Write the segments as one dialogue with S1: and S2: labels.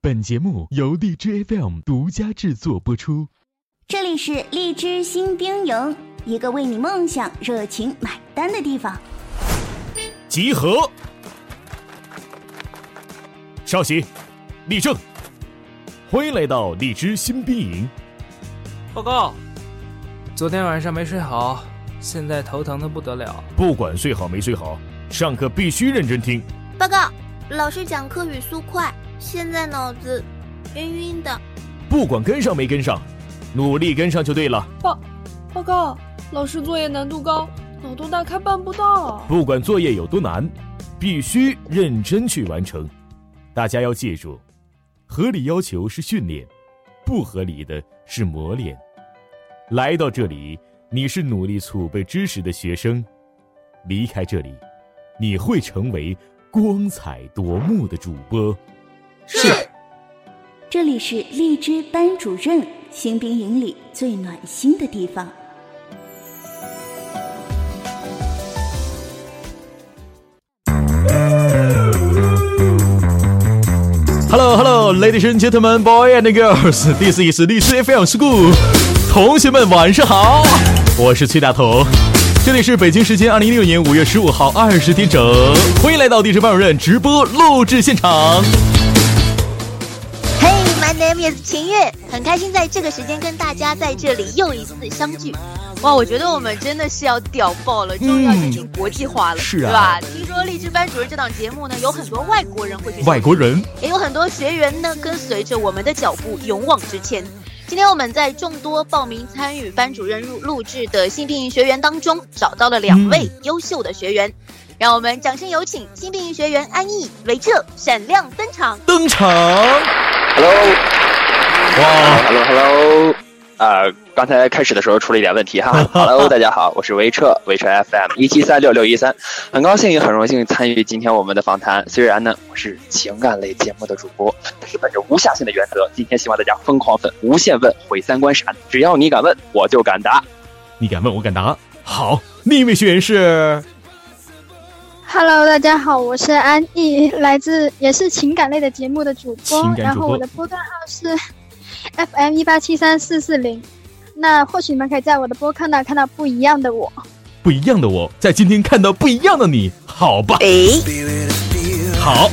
S1: 本节目由荔枝 FM 独家制作播出。
S2: 这里是荔枝新兵营，一个为你梦想热情买单的地方。
S3: 集合！稍息，立正！欢迎来到荔枝新兵营。
S4: 报告，昨天晚上没睡好，现在头疼的不得了。
S3: 不管睡好没睡好，上课必须认真听。
S5: 报告，老师讲课语速快，现在脑子晕晕的。
S3: 不管跟上没跟上，努力跟上就对了。
S6: 报报告，老师作业难度高，脑洞大开办不到。
S3: 不管作业有多难，必须认真去完成。大家要记住，合理要求是训练，不合理的是磨练。来到这里，你是努力储备知识的学生；离开这里，你会成为光彩夺目的主播。
S5: 是。
S2: 这里是荔枝班主任新兵营里最暖心的地方。
S3: Hello Hello Ladies and Gentlemen, Boy and Girls, this is 荔枝 FM School。同学们晚上好，我是崔大头，这里是北京时间二零一六年五月十五号二十点整，欢迎来到荔枝班主任直播录制现场。
S5: Hey, my name is 秦月，很开心在这个时间跟大家在这里又一次相聚。
S7: 哇，我觉得我们真的是要屌爆了，终于要进行国际化了，
S3: 嗯是
S7: 对
S3: 啊
S7: 吧？听说励志班主任这档节目呢，有很多外国人会去，
S3: 外国人，
S7: 也有很多学员呢跟随着我们的脚步勇往直前。今天我们在众多报名参与班主任录录制的新兵营学员当中，找到了两位
S3: 嗯
S7: 优秀的学员，让我们掌声有请新兵营学员安逸、维彻闪亮登场。
S3: 登场！哇，
S8: Hello，Hello，Hello hello, hello 啊、刚才开始的时候出了一点问题哈。Hello，大家好，我是维彻，维彻 FM 一七三六六一三，很高兴也很荣幸参与今天我们的访谈。虽然呢，我是情感类节目的主播，但是本着无下限的原则，今天希望大家疯狂粉、无限问、毁三观啥的，只要你敢问，我就敢答。
S3: 你敢问我敢答。好，另一位学员是
S9: Hello，大家好，我是安逸，来自也是情感类的节目的主播，
S3: 情感主播
S9: 然后我的波段号是 FM 一八七三四四零。那或许你们可以在我的播客那看到不一样的我。
S3: 不一样的我，在今天看到不一样的你，好吧？
S7: 哎，
S3: 好，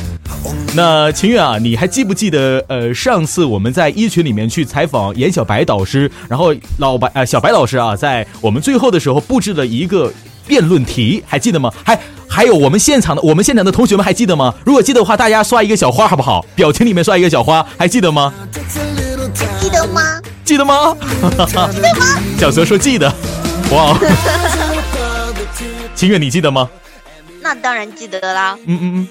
S3: 那秦月啊，你还记不记得呃上次我们在一群里面去采访严小白导师，然后老白呃小白老师啊，在我们最后的时候布置了一个辩论题，还记得吗？还还有我们现场的我们现场的同学们还记得吗？如果记得的话，大家刷一个小花好不好？表情里面刷一个小花，还记得吗？
S5: 记得吗？
S3: 记得吗？ 小蛇说记得， 哇，秦月你记得吗？
S7: 那当然记得啦。
S3: 嗯嗯嗯。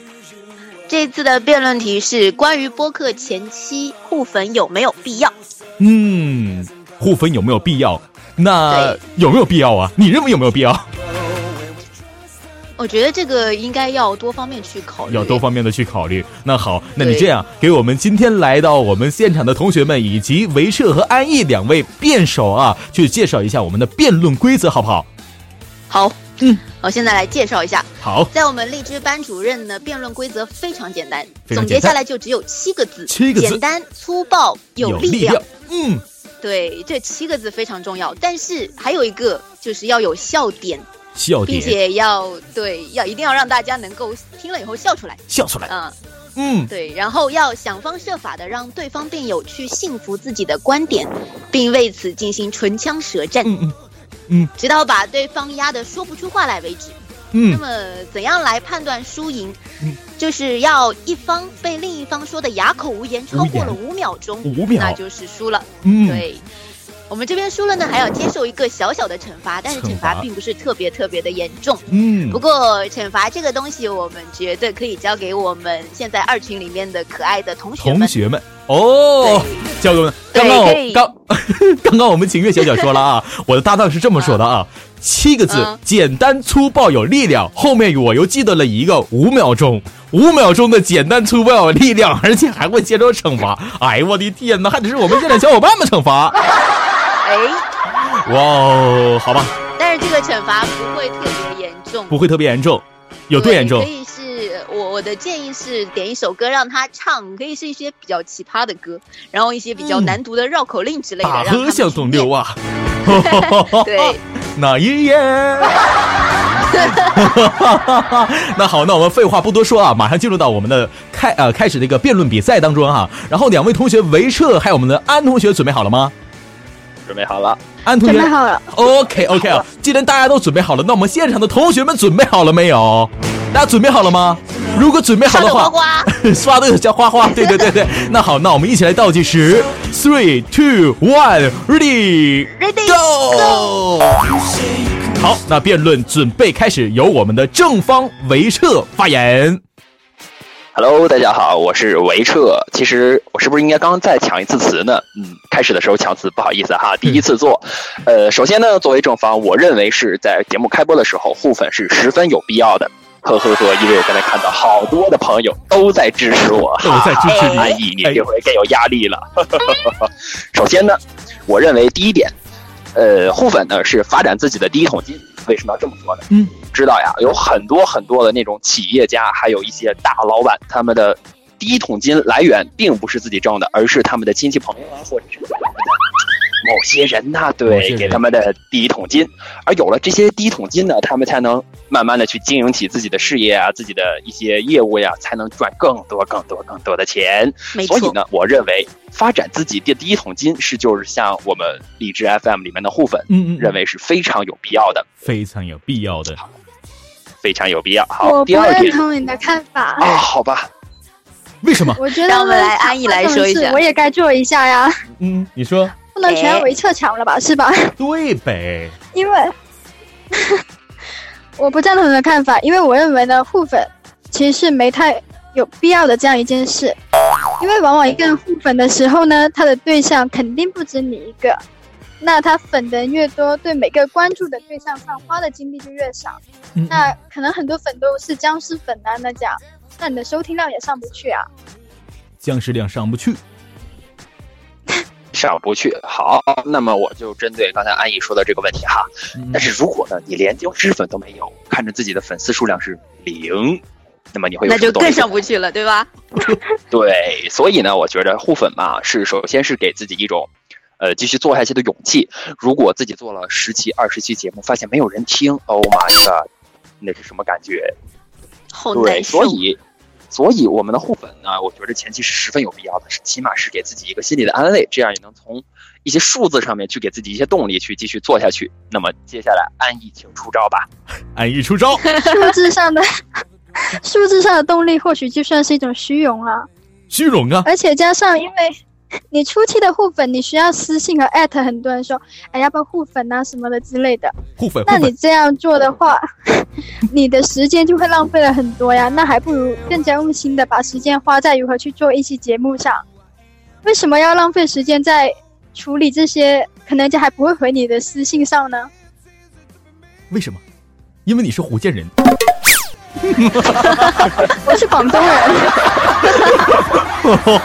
S7: 这次的辩论题是关于播客前期互粉有没有必要？
S3: 嗯，互粉有没有必要？那
S7: 对
S3: 有没有必要啊？你认为有没有必要？
S7: 我觉得这个应该要多方面去考虑，
S3: 要多方面的去考虑。那好，那你
S7: 对
S3: 这样给我们今天来到我们现场的同学们以及维彻和安逸两位辩手啊，去介绍一下我们的辩论规则，好不好？
S7: 好，
S3: 嗯，
S7: 我现在来介绍一下，
S3: 好，
S7: 在我们荔枝班主任呢，辩论规则非常简单，
S3: 非常
S7: 总
S3: 简单
S7: 结下来就只有七个字，
S3: 七个字
S7: 简单粗暴有
S3: 力
S7: 量。
S3: 嗯，
S7: 对，这七个字非常重要，但是还有一个就是要有笑点，
S3: 笑
S7: 并
S3: 点
S7: 且要对要一定要让大家能够听了以后笑出来，
S3: 笑出来。
S7: 嗯。
S3: 嗯，
S7: 对，然后要想方设法的让对方辩友去信服自己的观点，并为此进行唇枪舌战，
S3: 嗯嗯
S7: 直到把对方压得说不出话来为止。那
S3: 嗯，
S7: 么，怎样来判断输赢
S3: 嗯？
S7: 就是要一方被另一方说的哑口无言超过了五秒钟，
S3: 五秒
S7: 那就是输了。
S3: 嗯
S7: 对。我们这边输了呢，还要接受一个小小的惩罚，但是惩
S3: 惩
S7: 罚
S3: 罚
S7: 并不是特别特别的严重。
S3: 嗯
S7: 不，过惩罚这个东西，我们觉得可以交给我们现在二群里面的可爱的同学
S3: 同
S7: 们。
S3: 学们哦。教给我们。
S7: 对
S3: 刚刚
S7: 可
S3: 我
S7: 以
S3: 刚 刚刚我们请月小姐说了 啊，我的搭档是这么说的啊，七个字
S7: 嗯，
S3: 简单粗暴有力量。后面我又记得了一个五秒钟，五秒钟的简单粗暴有力量，而且还会接受惩罚。 哎呦我的天哪，还得是我们现场小伙伴们惩 罚。
S7: 哎，
S3: 哇哦，好吧，
S7: 但是这个惩罚不会特别严重，
S3: 不会特别严重，有多
S7: 对
S3: 严重
S7: 可？以是我我我的建议是点一首歌让他唱，可以是一些比较奇葩的歌，然后一些比较
S3: 嗯
S7: 难读的绕口令之类的，
S3: 大
S7: 让他
S3: 河
S7: 们
S3: 向
S7: 去
S3: 东
S7: 念！
S3: 流啊哦
S7: 对，
S3: 那一夜。 那好，那我们废话不多说啊，马上进入到我们的开呃开始的一个辩论比赛当中哈、然后两位同学维彻还有我们的安同学准备好了吗？
S8: 准备好了，
S3: 安同
S9: 准
S3: 学
S9: 备好了，
S3: ，OK OK 啊。既然大家都准备好了，那我们现场的同学们准备好了没有？大家准备好了吗？如果准备好的
S7: 刷的
S3: 话
S7: 呱，呱。
S3: 刷的叫花花，对对对对。那好，那我们一起来倒计时，three two one ready
S7: Ready,
S3: go。好，那辩论准备开始，由我们的正方维彻发言。
S8: Hello，大家好，我是维彻。其实我是不是应该刚再抢一次词呢？嗯，开始的时候抢词，不好意思
S3: 嗯
S8: 啊哈，第一次做。呃，首先呢，作为正方，我认为是在节目开播的时候互粉是十分有必要的。呵呵呵，因为我刚才看到好多的朋友都在支持我，
S3: 都在支持你哎
S8: 安逸，你这回更有压力了。 首先呢，我认为第一点，呃，互粉呢是发展自己的第一桶金。为什么要这么说呢？
S3: 嗯，
S8: 知道呀，有很多很多的那种企业家，还有一些大老板，他们的第一桶金来源并不是自己挣的，而是他们的亲戚朋友啊，或者是他们的某些人呐、
S3: 某些
S8: 对，
S3: 人
S8: 给他们的第一桶金。而有了这些第一桶金呢，他们才能慢慢的去经营起自己的事业啊，自己的一些业务呀、才能赚更多、更多、更多的钱。
S7: 没
S8: 所以
S7: 错，
S8: 呢，我认为发展自己的第一桶金是就是像我们荔枝 FM 里面的互粉，
S3: 嗯
S8: 认为是非常有必要的，
S3: 非常有必要的。
S8: 非常有必要。好，
S9: 我不
S8: 第二
S9: 认
S8: 点
S9: 同你的看法。
S8: 啊，好吧，
S3: 为什么？
S9: 我觉得
S7: 让我们来安逸来说一下
S9: 这种事我也该做一下呀，
S3: 嗯，你说
S9: 不能全围撤抢了吧，是吧？
S3: 对呗。
S9: 因为 我不赞同你的看法，因为我认为呢，互粉其实是没太有必要的这样一件事，因为往往一个人互粉的时候呢，他的对象肯定不止你一个，那他粉的越多，对每个关注的对象上花的精力就越少，
S3: 嗯
S9: 那可能很多粉都是僵尸粉啊，那这样，那你的收听量也上不去啊。
S3: 僵尸量上不去。
S8: 上不去。好，那么我就针对刚才安逸说的这个问题哈。
S3: 嗯
S8: 但是如果呢，你连僵尸粉都没有，看着自己的粉丝数量是零，那么你会有
S7: 那
S8: 什
S7: 就
S8: 么动力
S7: 更上不去了，对吧？
S8: 对，所以呢，我觉得互粉嘛，是首先是给自己一种，呃，继续做下去的勇气。如果自己做了十期、二十期节目，发现没有人听，Oh my god，那是什么感觉？
S7: 好
S8: 对，
S7: 难受
S8: 所。以，所以我们的互粉呢，我觉得前期是十分有必要的，是起码是给自己一个心理的安慰，这样也能从一些数字上面去给自己一些动力，去继续做下去。那么接下来，安逸请出招吧。
S3: 安哎逸出招。
S9: 数字上的 数字上的动力，或许就算是一种虚荣了。
S3: 虚荣啊，
S9: 而且加上，因为你初期的互粉，你需要私信和艾特很多人说，哎，要不要互粉啊什么的之类的。
S3: 互粉
S9: 那
S3: 互
S9: 你
S3: 粉。
S9: 这样做的话， 你的时间就会浪费了很多呀。那还不如更加用心的把时间花在如何去做一期节目上。为什么要浪费时间在处理这些可能人家还不会回你的私信上呢？
S3: 为什么？因为你是福建人。
S9: 我是广东人。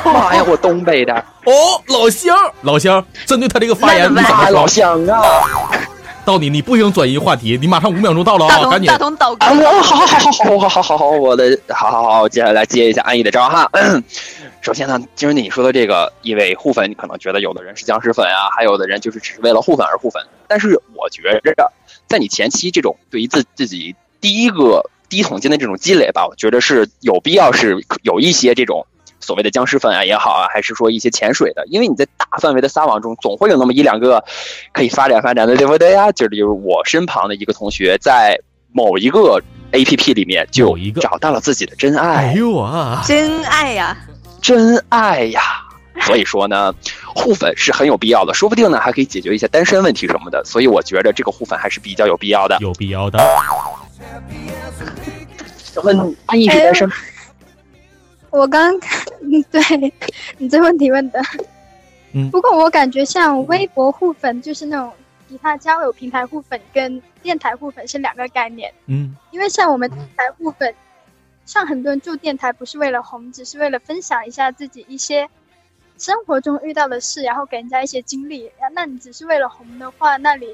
S8: 妈哎呀，我东 北的，
S3: 哦，老乡儿，老乡儿，针对他这个发言，你
S7: 哎那怎么
S3: 怎
S7: 办
S3: 么
S8: 妈
S3: 说？
S8: 老乡啊！
S3: 到你，你不行转移话题，你马上五秒钟到了
S7: 大
S3: 啊，赶
S7: 同
S3: 紧
S7: 大同倒戈
S8: 啊，，我好好好好好好好好，我的好好好，接下来接一下安逸的招哈。 首先呢，今儿你说的这个，因为互粉，你可能觉得有的人是僵尸粉啊，还有的人就是只是为了互粉而互粉。但是我觉着，在你前期这种对于自自己第一个第一桶金的这种积累吧，我觉得是有必要是有一些这种所谓的僵尸粉啊也好啊，还是说一些潜水的，因为你在大范围的撒网中，总会有那么一两个可以发展发展的，对不对呀？就是就是我身旁的一个同学在某一个 A P P 里面就
S3: 某一个
S8: 找到了自己的真爱
S3: 哎，呦啊，
S7: 真爱呀！
S8: 真爱呀。所以说呢，互粉是很有必要的，说不定呢还可以解决一些单身问题什么的。所以我觉得这个互粉还是比较有必要的。
S3: 有必要的。
S8: 请问安逸是单身吗？
S9: 哎我刚，嗯，对你这问题问的，
S3: 嗯
S9: 不过我感觉像微博互粉，就是那种其他交友平台互粉跟电台互粉是两个概念，
S3: 嗯，
S9: 因为像我们电台互粉，像很多人做电台不是为了红，只是为了分享一下自己一些生活中遇到的事，然后给人家一些经历。啊那你只是为了红的话，那你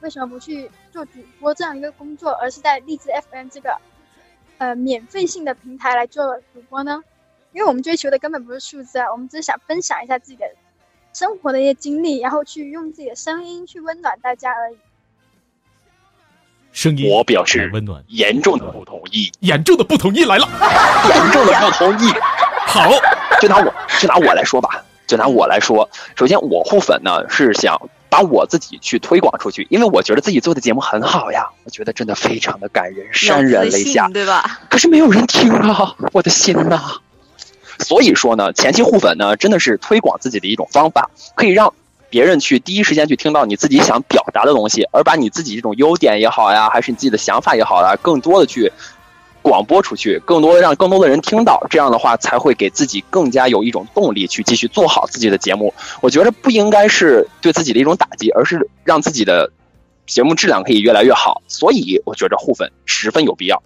S9: 为什么不去做主播这样一个工作，而是在荔枝 FM 这个？呃免费性的平台来做主播呢？因为我们追求的根本不是数字啊，我们只是想分享一下自己的生活的一些经历，然后去用自己的声音去温暖大家而已。
S3: 声音
S8: 我表示
S3: 温暖，
S8: 严重的不同意，
S3: 严重的不同意来了。
S8: 严重的不同意。
S3: 好，
S8: 就拿我就拿我来说吧，就拿我来说，首先我互粉呢是想把我自己去推广出去，因为我觉得自己做的节目很好呀，我觉得真的非常的感人，潸然
S7: 有
S8: 泪下
S7: 自信，对吧？
S8: 可是没有人听啊， 我的心呐、所以说呢，前期互粉呢，真的是推广自己的一种方法，可以让别人去第一时间去听到你自己想表达的东西，而把你自己这种优点也好呀，还是你自己的想法也好呀，更多的去广播出去，更多的让更多的人听到，这样的话才会给自己更加有一种动力去继续做好自己的节目。我觉得不应该是对自己的一种打击，而是让自己的节目质量可以越来越好。所以我觉着互粉十分有必要。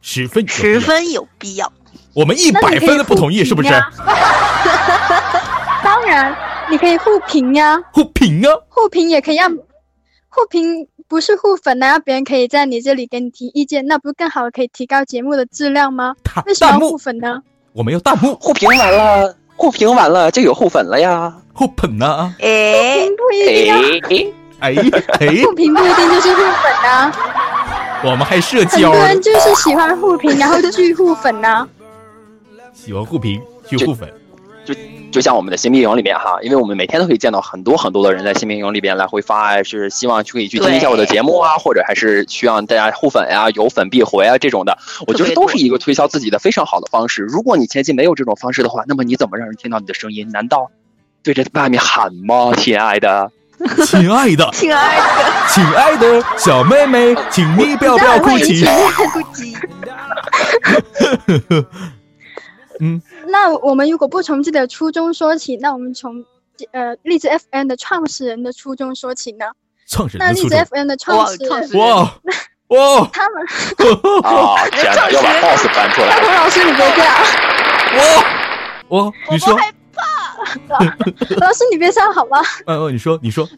S3: 十分有必要
S7: 十，分有必要。
S3: 我们一
S9: 那
S3: 百
S9: 你可以
S3: 分的不
S9: 互
S3: 同意，
S9: 评
S3: 是不是？
S9: 呀当然，你可以互评呀，
S3: 互评啊，
S9: 互评也可以让互评不是互粉呢，让别人可以在你这里给你提意见，那不是更好的可以提高节目的质量吗？
S3: 弹
S9: 为什么
S3: 啊弹
S9: 要互
S3: 幕，
S9: 粉呢？
S3: 我们要弹幕
S8: 互评完了，互评完了就有互粉了呀。
S3: 互捧呢啊！
S7: 哎，
S9: 并不一定要
S8: 哎，
S3: 哎哎，
S9: 互评，不一定就是互粉啊。
S3: 我们还社
S9: 很
S3: 交
S9: 多，人就是喜欢互评，然后去互粉啊呢。
S3: 喜欢互评去
S8: 就
S3: 互 粉，
S8: 就像我们的新兵营里面哈，因为我们每天都可以见到很多很多的人在新兵营里边来回发，是希望去可以去听一下我的节目啊，或者还是需要大家互粉呀、有粉必回啊这种的，我觉得都是一个推销自己的非常好的方式。如果你前期没有这种方式的话，那么你怎么让人听到你的声音？难道对着外面喊吗，亲爱的？
S3: 亲爱的，
S7: 亲爱的，
S3: 亲爱的小妹妹，请你不要不要哭泣。
S7: 不急，
S9: 那我们如果不从自己的初衷说起，那我们从呃荔枝 FM 的创始人的初衷说起呢？
S3: 创始人
S9: 那
S3: 的
S9: 荔
S3: 初
S9: 枝
S3: 衷，
S9: FM 的创
S7: 哇
S9: 始，
S7: 创
S9: 人，
S7: 始人，
S3: 哇哇
S9: 他们
S8: 啊， 天哪，要把 boss 搬出
S9: 大
S8: 来！
S9: 鹏老师你别这样，
S3: 哇哇！你
S7: 我
S3: 说
S7: 们，还
S9: 啊老师你别这样好吗？
S3: 嗯嗯，你说，你说，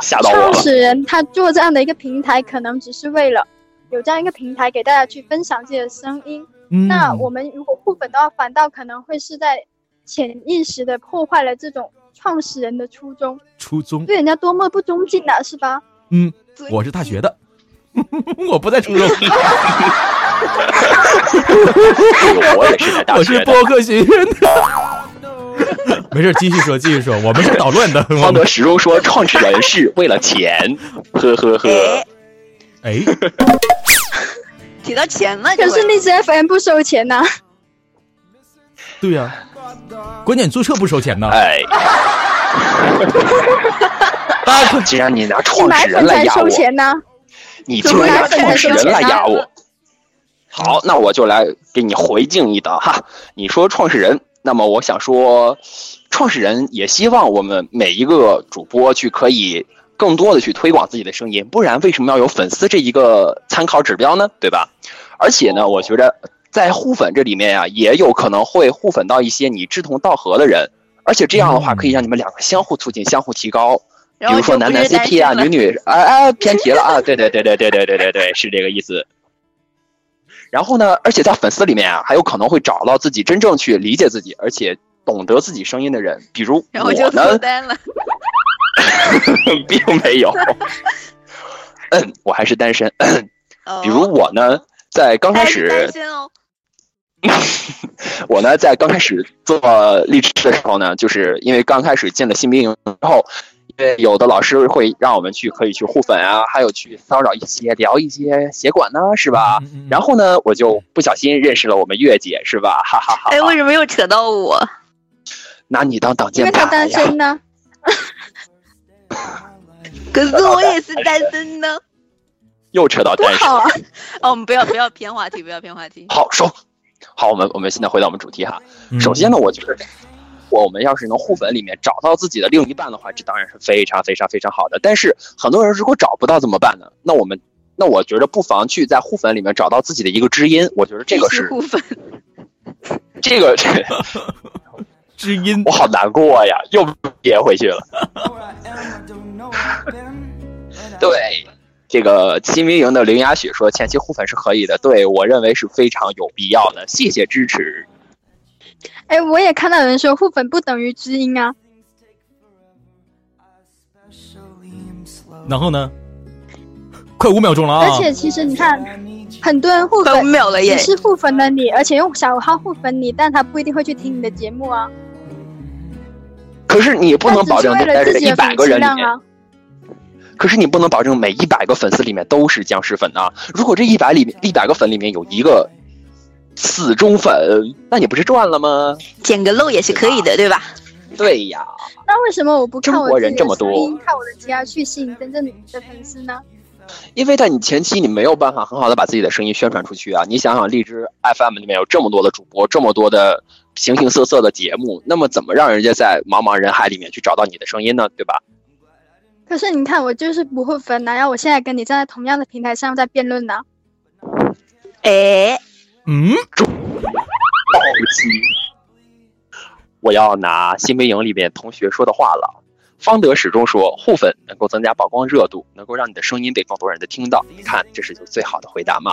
S8: 吓到我了
S9: 创始人他做这样的一个平台，可能只是为了有这样一个平台给大家去分享自己的声音。
S3: 嗯，
S9: 那我们如果互粉的话，反倒可能会是在潜意识的破坏了这种创始人的初衷，
S3: 初中，
S9: 对人家多么不尊敬啊，是吧？
S3: 嗯，我是大学的， 我不在初中，
S8: 哎我也是在大
S3: 我
S8: 学
S3: 是
S8: 的，
S3: 播客学院的。 没事，继续说，继续说，我们是捣乱的。 我
S8: 方
S3: 们
S8: 德始终说创始人是为了钱，呵呵呵。
S7: 哎，
S3: 哎，
S7: 提到钱了，
S9: 可是
S7: 你
S9: 荔枝 FM 不收钱呐、
S3: 对呀，关键你注册不收钱呢，
S8: 哎，
S3: 大家快
S8: 哎既然你拿
S9: 你
S8: 创
S9: 买
S8: 始人
S9: 粉
S8: 来
S9: 才
S8: 压
S9: 收
S8: 我，
S9: 钱呐、
S8: 你竟然拿创始人来压我，好，那我就来给你回敬一刀哈。你说创始人，那么我想说，创始人也希望我们每一个主播去可以更多的去推广自己的声音，不然为什么要有粉丝这一个参考指标呢？对吧？而且呢，我觉得在互粉这里面呀、也有可能会互粉到一些你志同道合的人，而且这样的话
S3: 嗯
S8: 可以让你们两个相互促进、相互提高。
S7: 然
S8: 比
S7: 后
S8: 如说
S7: 就不
S8: 男男
S7: 是单
S8: CP 啊，
S7: 身了
S8: 女女，哎哎，偏题了啊，对对对对对对对对对，是这个意思。然后呢，而且在粉丝里面啊，还有可能会找到自己真正去理解自己，而且懂得自己声音的人，比如
S7: 然后就
S8: 我
S7: 脱
S8: 呢，
S7: 单了，
S8: 并没 有。嗯，我还是单身。
S7: 哦
S8: 比如我呢，在刚开
S7: 还是单
S8: 始，
S7: 身哦，
S8: 我呢在刚开始做励志的时候呢，就是因为刚开始进了新兵营之后，因为有的老师会让我们去可以去互粉啊，还有去骚扰一些聊一些协管呢、是吧？
S3: 嗯，嗯
S8: 然后呢，我就不小心认识了我们月姐，是吧？哈哈哈
S7: 哎，为什么又扯到我？
S8: 拿你当挡
S9: 因
S8: 箭
S9: 为
S8: 牌
S9: 他单
S8: 呀！
S9: 身呢、
S7: 可是我也是单身呢。
S8: 又扯到
S9: 多
S8: 单身，
S9: 好啊！
S7: 哦，我们不要不要偏话题，不要偏话题。
S8: 好收。好，我们我们现在回到我们主题哈。
S3: 嗯
S8: 首先呢，我觉得我们要是能互粉里面找到自己的另一半的话，这当然是非常非常非常好的。但是很多人如果找不到怎么办呢？那我们那我觉得不妨去在互粉里面找到自己的一个知音，我觉得这个
S7: 必须
S8: 是
S7: 互粉，
S8: 这个这
S3: 知音
S8: 我好难过呀， 又憋回去了。对，这个新兵营的零鸭血说前期互粉是可以的，对我认为是非常有必要的，谢谢支持。
S9: 哎，我也看到有人说互粉不等于知音啊，
S3: 然后呢？快五秒钟了啊！
S9: 而且其实你看，很多人互
S7: 快五
S9: 粉
S7: 秒了耶
S9: 只！是互粉了你，而且用小号互粉你，但他不一定会去听你的节目啊，
S8: 可是你不
S9: 他
S8: 能
S9: 只
S8: 保
S9: 是
S8: 证
S9: 为
S8: 你在
S9: 了
S8: 这
S9: 自己
S8: 一
S9: 的
S8: 百
S9: 粉
S8: 个
S9: 丝
S8: 人里
S9: 量
S8: 面，
S9: 啊。
S8: 可是你不能保证每一百个粉丝里面都是僵尸粉啊！如果这一百里面一百个粉里面有一个死忠粉，那你不是赚了吗？
S7: 捡个漏也是可以
S8: 啊
S7: 的，对吧？
S8: 对呀，
S9: 那为什么我不看
S8: 中国
S9: 我自
S8: 人
S9: 己
S8: 这
S9: 的
S8: 么多
S9: 声音，看我的其他去吸引真正的粉丝呢？
S8: 因为在你前期你没有办法很好的把自己的声音宣传出去啊。你想想，荔枝 FM 里面有这么多的主播，这么多的形形色色的节目，那么怎么让人家在茫茫人海里面去找到你的声音呢？对吧？
S9: 可是你看，我就是不会分啊呐、然后我现在跟你站在同样的平台上在辩论呢、
S7: 哎，
S3: 嗯，
S8: 暴击！我要拿新兵营里面同学说的话了。方德始终说，互粉能够增加曝光热度，能够让你的声音被更多人的听到。你看，这是就最好的回答嘛？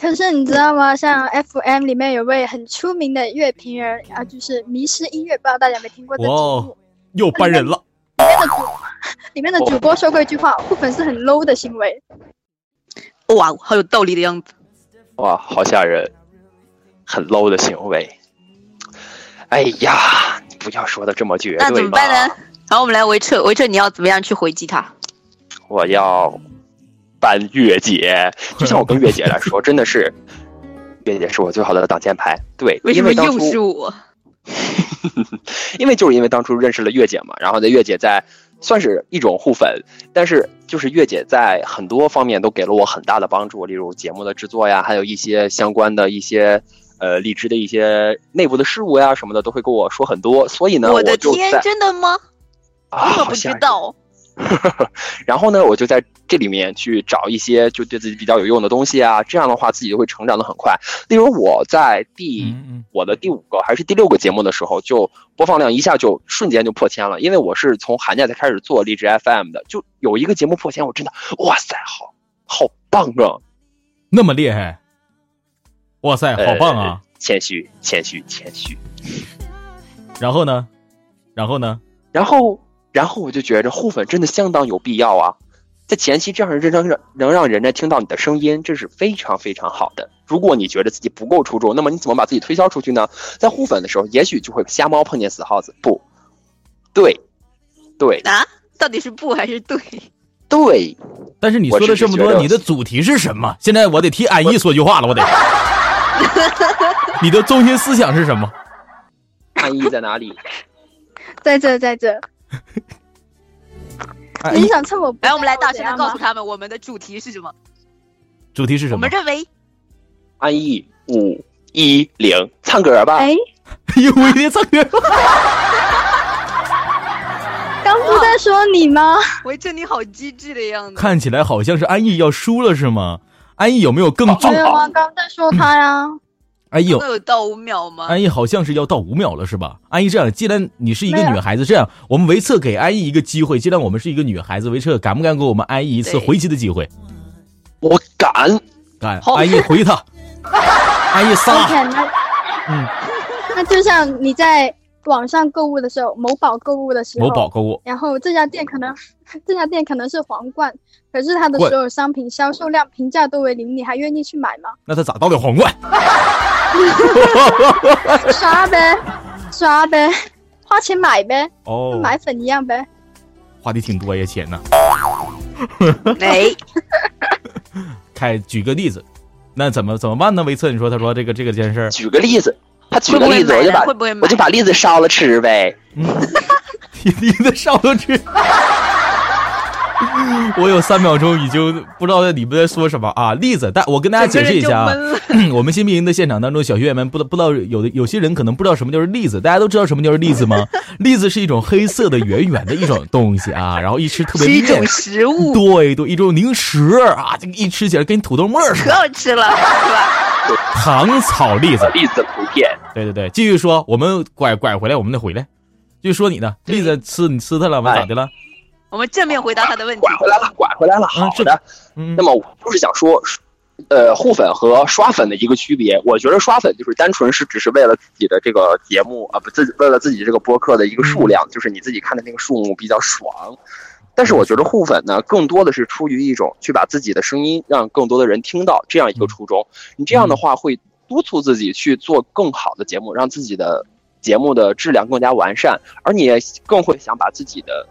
S9: 可是你知道吗？像 FM 里面有位很出名的乐评人啊，就是迷失音乐，不知道大家有没有听过这个节
S3: 哇哦
S9: 目？
S3: 又搬人了。
S9: 里面的主播说过一句话：互粉是很 low 的行为。
S7: 哇，好有道理的样子。
S8: 哇，好吓人，很 low 的行为。哎呀，你不要说的这么绝
S7: 那
S8: 对
S7: 怎么
S8: 嘛！
S7: 办呢？然后我们来维彻，维彻你要怎么样去回击他？
S8: 我要搬月姐，就像我跟月姐来说，真的是，月姐是我最好的挡箭牌。对，
S7: 为什
S8: 因
S7: 么
S8: 为当
S7: 又
S8: 初
S7: 是我？
S8: 因为就是因为当初认识了月姐嘛，然后呢，月姐在算是一种互粉，但是就是月姐在很多方面都给了我很大的帮助，例如节目的制作呀，还有一些相关的一些呃荔枝的一些内部的事务呀什么的，都会跟我说很多，所以呢，我
S7: 的
S8: 就
S7: 天，
S8: 在
S7: 真的吗？
S8: 啊，
S7: 我可
S8: 好
S7: 不
S8: 吓
S7: 知
S8: 人
S7: 道。
S8: 然后呢，我就在这里面去找一些就对自己比较有用的东西啊，这样的话自己就会成长的很快。例如我在第、
S3: 嗯嗯
S8: 我的第五个还是第六个节目的时候，就播放量一下就瞬间就破千了，因为我是从寒假才开始做荔枝 FM 的，就有一个节目破千，我真的哇塞，好好棒啊！
S3: 那么厉害，哇塞，好棒啊！
S8: 呃！谦虚，谦虚，谦虚。
S3: 然后呢，然后呢，
S8: 然后，然后我就觉着互粉真的相当有必要啊，在前期这样认真让能让人家听到你的声音，这是非常非常好的。如果你觉得自己不够出众，那么你怎么把自己推销出去呢？在互粉的时候，也许就会瞎猫碰见死耗子。不，对，对，
S7: 啊，到底是不还 是对？
S8: 对，
S3: 但是你说了这么
S8: 我只是觉
S3: 多，
S8: 得
S3: 你的主题是什么？现在我得替安逸说句话了，我得。你的中心思想是什么？
S8: 安逸在哪里？
S9: 在这，在这，
S3: 哎
S9: 你想趁我不在
S7: 来，我们来大声的告诉
S9: 我怎样吗
S7: 他们，我们的主题是什么？
S3: 主题是
S7: 我
S3: 什么
S7: 们？认为
S8: 安逸五一零，唱歌吧。
S9: 哎，
S3: 因为你唱歌，
S9: 刚不在说你吗？
S7: 维彻你好机智的样子。
S3: 看起来好像是安逸要输了是吗？安逸有没有更重
S9: 没？有吗？刚在说他哦呀。
S3: 嗯安逸有哎
S7: 能有到五秒吗？
S3: 安逸好像是要到五秒了，是吧？安逸，这样，既然你是一个
S9: 没有
S3: 女孩子，这样我们维策给安逸一个机会。既然我们是一个女孩子，维策敢不敢给我们安逸一次
S7: 对
S3: 回击的机会？
S8: 我敢，
S3: 敢，
S7: 好
S3: 安逸回他，安逸杀，
S9: OK，那
S3: 啊嗯，
S9: 那就像你在网上购物的时候，某宝购物的时候，
S3: 某宝购物，
S9: 然后这家店可能 这家店可能是皇冠，可是它的
S3: 冠
S9: 所有商品销售量评价都为零，你还愿意去买吗？
S3: 那他咋到的皇冠？
S9: 刷呗，刷呗，花钱买呗，
S3: 哦
S9: 跟，买粉一样呗。
S3: 花的挺多呀，钱呢。
S7: 哎，
S3: 开举个例子，那怎么怎么办呢？维策，你说他说这个这个件事儿，
S8: 举个例子，他举
S7: 会不
S8: 个
S7: 会
S8: 例子，
S7: 买
S8: 我就
S7: 呢？
S8: 把
S7: 会不会买？
S8: 我就把栗子烧了吃呗。
S3: 你你的上头去。 我有三秒钟已经不知道你们在说什么啊！例子，但我跟大家解释一下啊，我们新兵营的现场当中，小学员们不知不知道有的有些人可能不知道什么就是栗子，大家都知道什么就是栗子吗？ 栗子是一种黑色的圆圆的一种东西啊，然后一吃特别
S7: 是一
S3: 面
S7: 种食物，
S3: 对对，一种零食啊，这个一吃起来跟土豆沫儿似
S7: 可
S3: 的。
S7: 好吃了，是吧？
S3: 糖炒栗子，
S8: 栗子的图片，
S3: 对对对，继续说，我们拐拐回来，我们得回来。继续说你的栗子吃，你吃它了吗？
S8: 哎
S3: 咋的了？
S7: 我们正面回答他的问 题
S8: 拐。回来了，拐回来了，
S3: 嗯
S8: 好
S3: 这
S8: 的。
S3: 嗯
S8: 那，么我就是想说，呃，互粉和刷粉的一个区别。我觉得刷粉就是单纯是只是为了自己的这个节目啊，不自己为了自己这个播客的一个数量，就是你自己看的那个数目比较爽。但是我觉得互粉呢，更多的是出于一种去把自己的声音让更多的人听到这样一个初衷。你这样的话会督促自己去做更好的节目，让自己的节目的质量更加完善，而你也更会想把自己的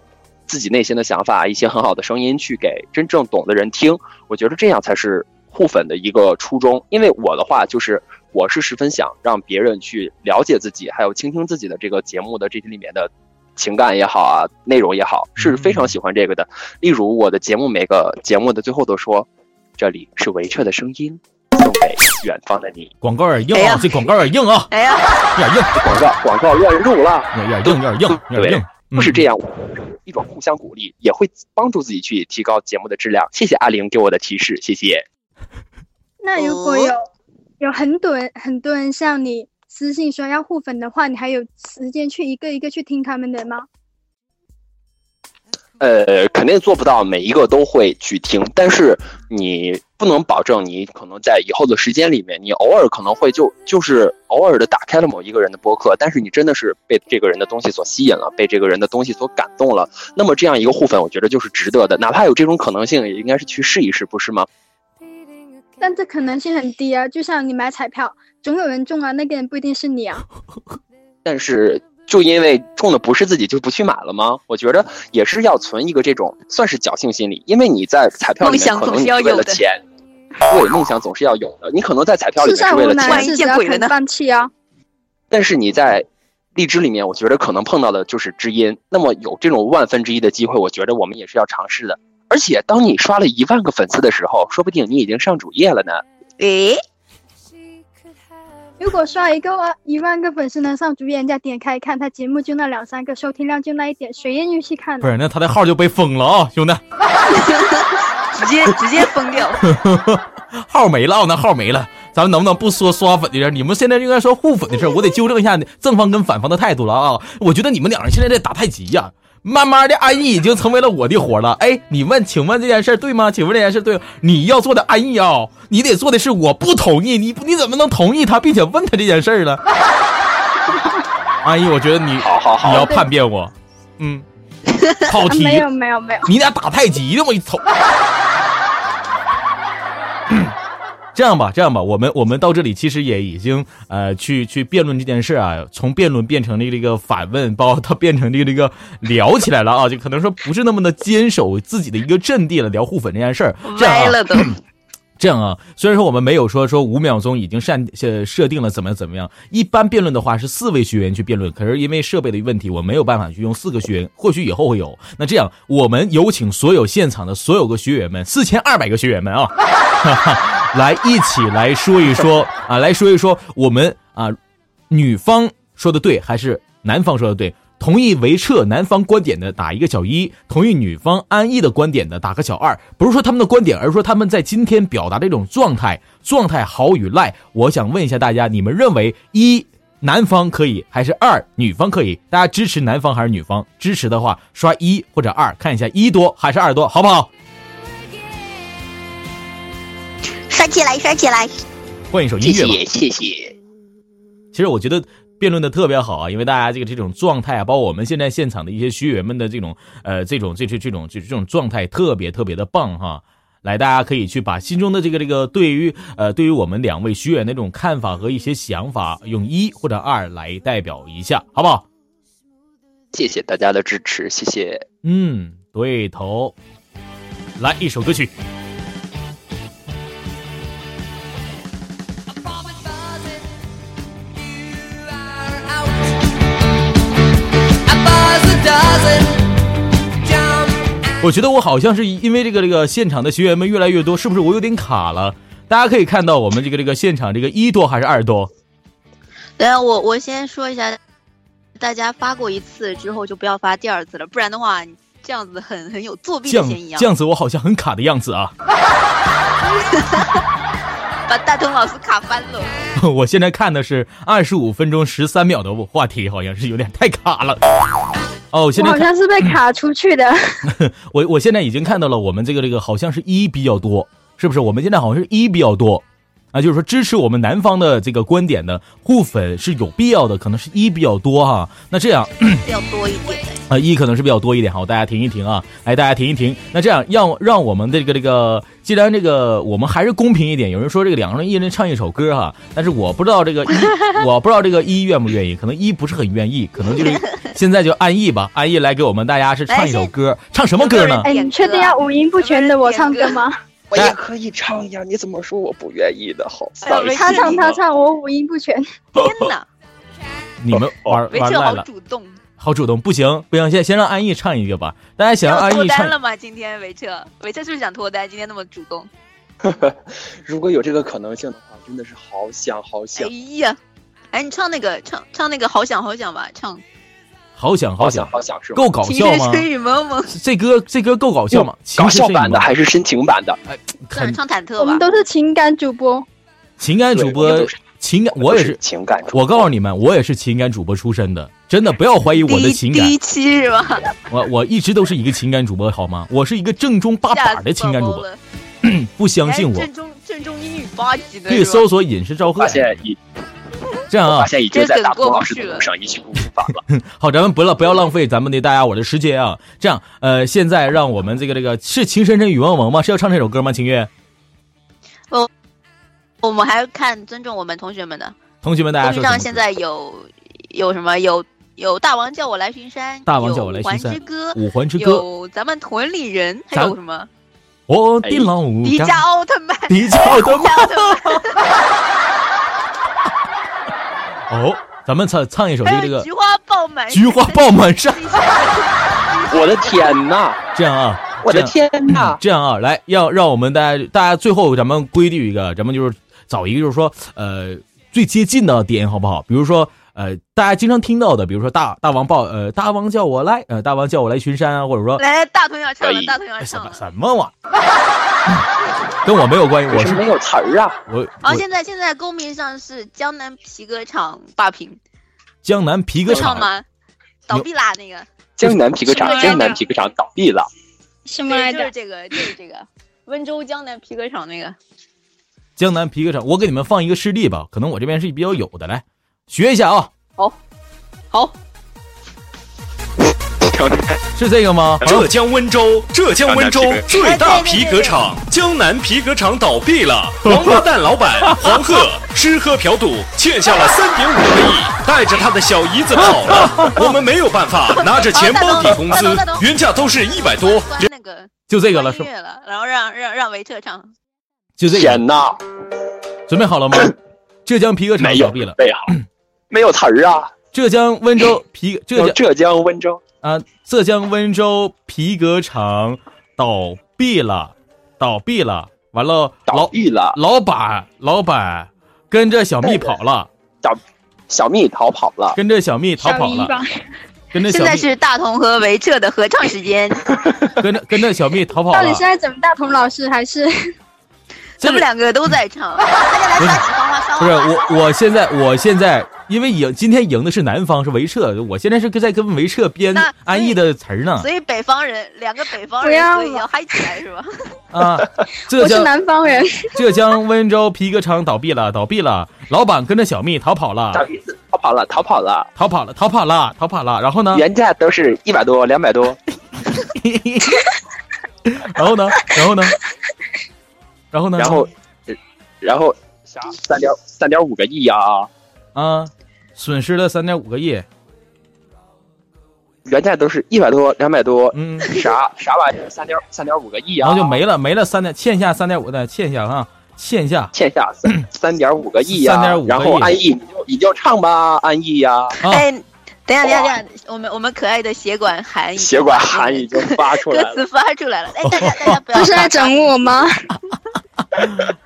S8: 自己内心的想法、一些很好的声音去给真正懂的人听。我觉得这样才是互粉的一个初衷。因为我的话就是，我是十分想让别人去了解自己，还有倾听自己的这个节目的这里面的情感也好啊，内容也好，是非常喜欢这个的。例如我的节目每个节目的最后都说，这里是维彻的声音，送给远方的你。
S3: 广告有点
S7: 哎
S3: 硬啊
S7: 呀，
S3: 这广告有点硬啊，
S7: 哎呀，
S3: 有点硬，
S8: 广告广告乱入了。
S3: 有点硬，有点硬，有点硬，嗯
S8: 不是这样，一种互相鼓励，也会帮助自己去提高节目的质量。谢谢阿玲给我的提示，谢谢。
S9: 那如果
S7: 哦
S9: 有有很多人很多人向你私信说要互粉的话，你还有时间去一个一个去听他们的吗？
S8: 呃，肯定做不到每一个都会去听，但是你不能保证你可能在以后的时间里面，你偶尔可能会就就是偶尔的打开了某一个人的播客，但是你真的是被这个人的东西所吸引了，被这个人的东西所感动了，那么这样一个互粉，我觉得就是值得的，哪怕有这种可能性，也应该是去试一试，不是吗？
S9: 但这可能性很低啊，就像你买彩票，总有人中啊，那个人不一定是你啊。
S8: 但是就因为中的不是自己，就不去买了吗？我觉得也是要存一个这种算是侥幸心理，因为你在彩票
S7: 梦
S8: 里面
S7: 想
S8: 可
S7: 总
S8: 能
S7: 是
S8: 你
S7: 要
S8: 为
S7: 有
S8: 了
S7: 的
S8: 钱，对，梦想总是要有的。你可能在彩票里
S9: 世
S8: 面是
S9: 上
S8: 为
S9: 无
S8: 了
S9: 难
S8: 钱，
S9: 事，
S7: 万一
S9: 只
S7: 见
S9: 要
S7: 鬼了呢
S9: 肯放弃啊。
S8: 但是你在励志里面，我觉得可能碰到的就是知音。那么有这种万分之一的机会，我觉得我们也是要尝试的。而且当你刷了一万个粉丝的时候，说不定你已经上主页了呢。
S7: 诶，
S9: 如果刷一个万一万个粉丝能上主页，人家点开看，他节目就那两三个，收听量就那一点，谁愿意去看
S3: 嗯
S9: 啊
S3: 不
S9: 呢？
S3: 是，那他的号就被封了啊，兄弟，
S7: 直接直接封掉。
S3: 号没了，啊，那号没了。咱们能不能不说刷粉的事儿？你们现在应该说互粉的事儿。我得纠正一下正方跟反方的态度了啊！我觉得你们两人现在在打太极呀、慢慢的，安逸已经成为了我的活了。哎，你问，请问这件事儿对吗？请问这件事儿对吗？你要做的安逸啊、你得做的是我不同意你，你怎么能同意他，并且问他这件事 儿呢？安逸，我觉得你
S8: 好好
S3: 你
S8: 好，
S3: 要叛变我，嗯，好
S9: 啊
S3: 题，
S9: 没有没有没有，
S3: 你俩打太极呢？我一瞅。 这样吧，这样吧，我们我们到这里其实也已经呃去去辩论这件事啊，从辩论变成了这个反问，包括它变成这个这个聊起来了啊，就可能说不是那么的坚守自己的一个阵地了，聊互粉这件事儿。 这样、啊、
S7: 歪了 都，
S3: 这样啊，虽然说我们没有说说五秒钟已经善设设定了怎么样怎么样，一般辩论的话是四位学员去辩论，可是因为设备的问题，我没有办法去用四个学员，或许以后会有。那这样，我们有请所有现场的所有个学员们，四千二百个学员们啊， 哈哈，来一起来说一说啊，来说一说我们啊，女方说的对还是男方说的对？同意维彻男方观点的打一个小一，同意女方安逸的观点的打个小二。不是说他们的观点，而是说他们在今天表达这种状态，状态好与赖。我想问一下大家，你们认为一男方可以还是二女方可以？大家支持男方还是女方？支持的话刷一或者二，看一下一多还是二多，好不好？
S5: 刷起来，刷起来！
S3: 换一首音
S8: 谢
S3: 乐吧。
S8: 谢谢谢。
S3: 其实我觉得辩论的特别好啊，因为大家这个这种状态啊，包括我们现在现场的一些学员们的这种呃这种这这这种这这种状态特别特别的棒哈。来，大家可以去把心中的这个这个对于呃对于我们两位学员的这种看法和一些想法，用一或者二来代表一下，好不好？
S8: 谢谢大家的支持，谢谢。
S3: 嗯，对头。来一首歌曲，我觉得我好像是因为这个这个现场的学员们越来越多，是不是我有点卡了？大家可以看到我们这个这个现场这个一多还是二多？
S7: 等下我我先说一下，大家发过一次之后就不要发第二次了，不然的话你这样子很很有作弊
S3: 这
S7: 的
S3: 样
S7: 嫌疑啊
S3: 这！样子我好像很卡的样子啊。
S7: 把大同老师卡翻了。
S3: 我现在看的是二十五分钟十三秒的话题，好像是有点太卡了。哦，我现在
S9: 我
S3: 啊
S9: 好
S3: 看
S9: 像是被卡出去的。
S3: 我我现在已经看到了，我们这个这个好像是一比较多，是不是？我们现在好像是一比较多，啊，就是说支持我们南方的这个观点的互粉是有必要的，可能是一比较多哈。那这样
S7: 比较多一 点的。
S3: 啊，一可能是比较多一点哈，大家停一停啊，哎，大家停一停。那这样让让我们的这个这个，既然这个我们还是公平一点，有人说这个两个人一人唱一首歌哈，但是我不知道 这个一，我不知道这个一愿不愿意，可能一不是很愿意，可能就是 现在就安逸吧，安逸来给我们大家是唱一首歌，唱什么歌呢？
S9: 哎，你确定要五音不全的我唱歌吗？
S8: 我也可以唱呀，你怎么说我不愿意的？好
S7: 哎
S8: 丧
S7: 没
S8: 心
S9: 他唱他
S8: 啊，
S9: 唱，我五音不全。
S7: 天哪，
S3: 你们
S8: 哦
S3: 玩
S7: 维
S3: 玩
S7: 彻
S3: 赖
S7: 好
S3: 了，
S7: 主动，
S3: 好主动，不行不行，先先让安逸唱一个吧。大家想让
S7: 要
S3: 安
S7: 脱
S3: 逸
S7: 单
S3: 唱
S7: 了吗？今天维彻，维彻是不是想脱单？今天那么主动，
S8: 如果有这个可能性的话，真的是好想好
S7: 哎
S8: 想。
S7: 呀，哎，你唱那个唱唱那个好想好想吧，唱
S3: 好想
S8: 好
S3: 好
S8: 想
S3: 想，
S8: 好想是吗？
S3: 够搞
S7: 情
S3: 笑
S7: 深
S3: 吗？
S7: 深雨蒙蒙，
S3: 这歌这歌够搞笑吗？
S8: 搞
S3: 其实
S8: 笑
S3: 是
S8: 版
S3: 你们
S8: 的还是深情版的？
S3: 很
S7: 算了，唱忐忑
S9: 我们
S7: 吧。
S9: 都是情感主播，
S3: 情感主
S8: 对我们
S3: 播
S8: 都是，
S3: 情感
S8: 们
S3: 我也
S8: 都是
S3: 是，
S8: 情感主播
S3: 我告诉你们，我也是情感主播出身的，真的不要怀疑我
S7: 第
S3: 的
S7: 一
S3: 情
S7: 第
S3: 感啊
S7: 一，期是吧？
S3: 我我一直都是一个情感主播好吗？我是一个正宗八
S7: 吓
S3: 板
S7: 死
S3: 的情感主
S7: 宝宝
S3: 播，
S7: 了，
S3: 不相信
S7: 哎
S3: 我
S7: 正宗正宗英语八级的，
S3: 可以
S7: 是吧
S3: 搜索“隐士赵
S8: 发
S3: 贺
S8: 现已”。
S3: 这样啊
S8: 发，现已经在大
S7: 这
S8: 鹏
S7: 梗过
S8: 老
S7: 不
S8: 师的
S7: 去了
S8: 路上一去不复返了。
S3: 好，咱们不要不要浪费咱们的大家我的时间啊。这样，呃，现在让我们这个这个是《情深深雨蒙蒙》吗？是要唱这首歌吗？秦月，
S7: 我们还看尊重我们同学们的。
S3: 同学们，大家
S7: 公
S3: 说
S7: 屏
S3: 什么
S7: 上现在有有什么？有有大王叫我来巡山，
S3: 大王
S7: 有
S3: 叫我来巡山
S7: 五环之歌，
S3: 五环之歌，
S7: 有咱们屯里人，还
S3: 咱
S7: 有什么？
S3: 我的老
S7: 迪迦
S3: 家，
S7: 奥特曼，
S3: 迪迦的
S7: 迪迦奥特曼。
S3: 哦，咱们唱唱一首这个
S7: 还
S3: 这
S7: 有
S3: 个
S7: 菊花爆满，
S3: 菊花爆满 山。
S8: 我的天呐，
S3: 这样啊，
S8: 我的
S3: 这样
S8: 天呐！
S3: 这样啊，来，要让我们大家，大家最后咱们规定一个，咱们就是找一个，就是说，呃，最接近的点好不好？比如说，呃，大家经常听到的，比如说大大王报，呃，大王叫我来，呃，大王叫我来巡山啊，或者说
S7: 来，大同要唱
S8: 可
S7: 了，
S8: 以
S7: 大同要
S3: 哎什
S7: 唱
S3: 么
S7: 了。
S3: 什么玩意儿，跟我没有关系，
S8: 为
S3: 我
S8: 什
S3: 是
S8: 么没有词儿啊？
S3: 我
S7: 然后
S3: 我
S7: 现在现在公屏上是江南皮革厂霸屏，
S3: 江南皮革
S7: 会唱
S3: 厂，
S7: 吗？倒闭啦那个，
S8: 江南皮革
S7: 什
S8: 厂，
S7: 么
S8: 江南皮革厂倒闭 了。
S9: 什
S7: 对， 就是？这个，就是这个，温州江南皮革厂那个。
S3: 江南皮革厂，我给你们放一个示例吧，可能我这边是比较有的，来学一下啊，
S7: 好，
S8: 江南
S3: 是这个吗？
S10: 浙江温州，浙江温州
S8: 江南皮
S10: 最大皮革厂江南皮革厂倒闭 了，王八蛋老板黄鹤吃喝嫖赌欠下了三点五个亿，带着他的小姨子跑了。 我们没有办法，拿着钱包抵工
S7: 大头
S10: 资
S7: 大头大头，
S10: 原价都是一百多。
S7: 关那个
S3: 就这
S7: 这
S3: 个了，是
S8: 嗯
S3: 吧？
S7: 了，然后让让让维特唱，
S3: 就这个，
S8: 天呐，
S3: 准备好了吗？浙江皮革厂
S8: 没有
S3: 倒闭了，
S8: 备好，没有词儿啊！
S3: 浙江温州皮浙江
S8: 有浙江温州，
S3: 啊，浙江温州皮革厂倒闭了，倒闭了，完了
S8: 倒
S3: 老
S8: 闭了，
S3: 老板老板跟着小蜜跑了，
S8: 小蜜逃跑了。
S3: 跟着小蜜逃跑 了，跟着
S7: 现
S3: 小
S7: 在
S3: 蜜
S7: 是大同和维彻的合唱时间，
S3: 跟着跟着小蜜逃跑
S9: 到
S3: 了
S9: 底，现在怎么大同老师还是
S3: 这
S7: 他们
S3: 个
S7: 两个都在唱，大家来刷起花花刷
S3: 不
S7: 花
S3: 是
S7: 花。
S3: 我我现在我现在因为赢今天赢的是南方是维彻，我现在是在跟维彻编
S7: 那
S3: 安逸的词儿呢
S7: 所以北方人，两个北方
S9: 不
S7: 人，
S9: 要
S7: 所以
S9: 了
S7: 要嗨起来是吧？
S3: 啊，浙
S9: 我是
S3: 江
S9: 南方人？
S3: 浙江温州皮革厂倒闭了，倒闭了，老板跟着小蜜逃跑了
S8: 小，蜜逃跑了，逃跑了，
S3: 逃跑了，逃跑了，逃跑了，然后呢？
S8: 原价都是一百多、两百多，
S3: 然后呢？然后呢？然后呢？
S8: 然后，呃然后啥？三点三点五个亿啊！
S3: 啊，损失了三点五个亿。
S8: 原价都是一百多、两百多，
S3: 嗯，
S8: 啥啥玩意儿？三点三点五个亿啊！
S3: 然后就没了，没了三点，欠下三点五的，欠下啊，欠下
S8: 欠下三三点五个亿呀、
S3: 3.5个亿
S8: 然后安逸，你就你就唱吧，安逸呀、
S3: 啊。
S7: 哎，等一下，等一下，等一下，我们我们可爱的血管含义，
S8: 血管含已经发出来
S7: 歌
S8: 了，
S7: 词发出来了。哎，大家大家不要
S9: 不是
S3: 啊
S9: 在整我吗？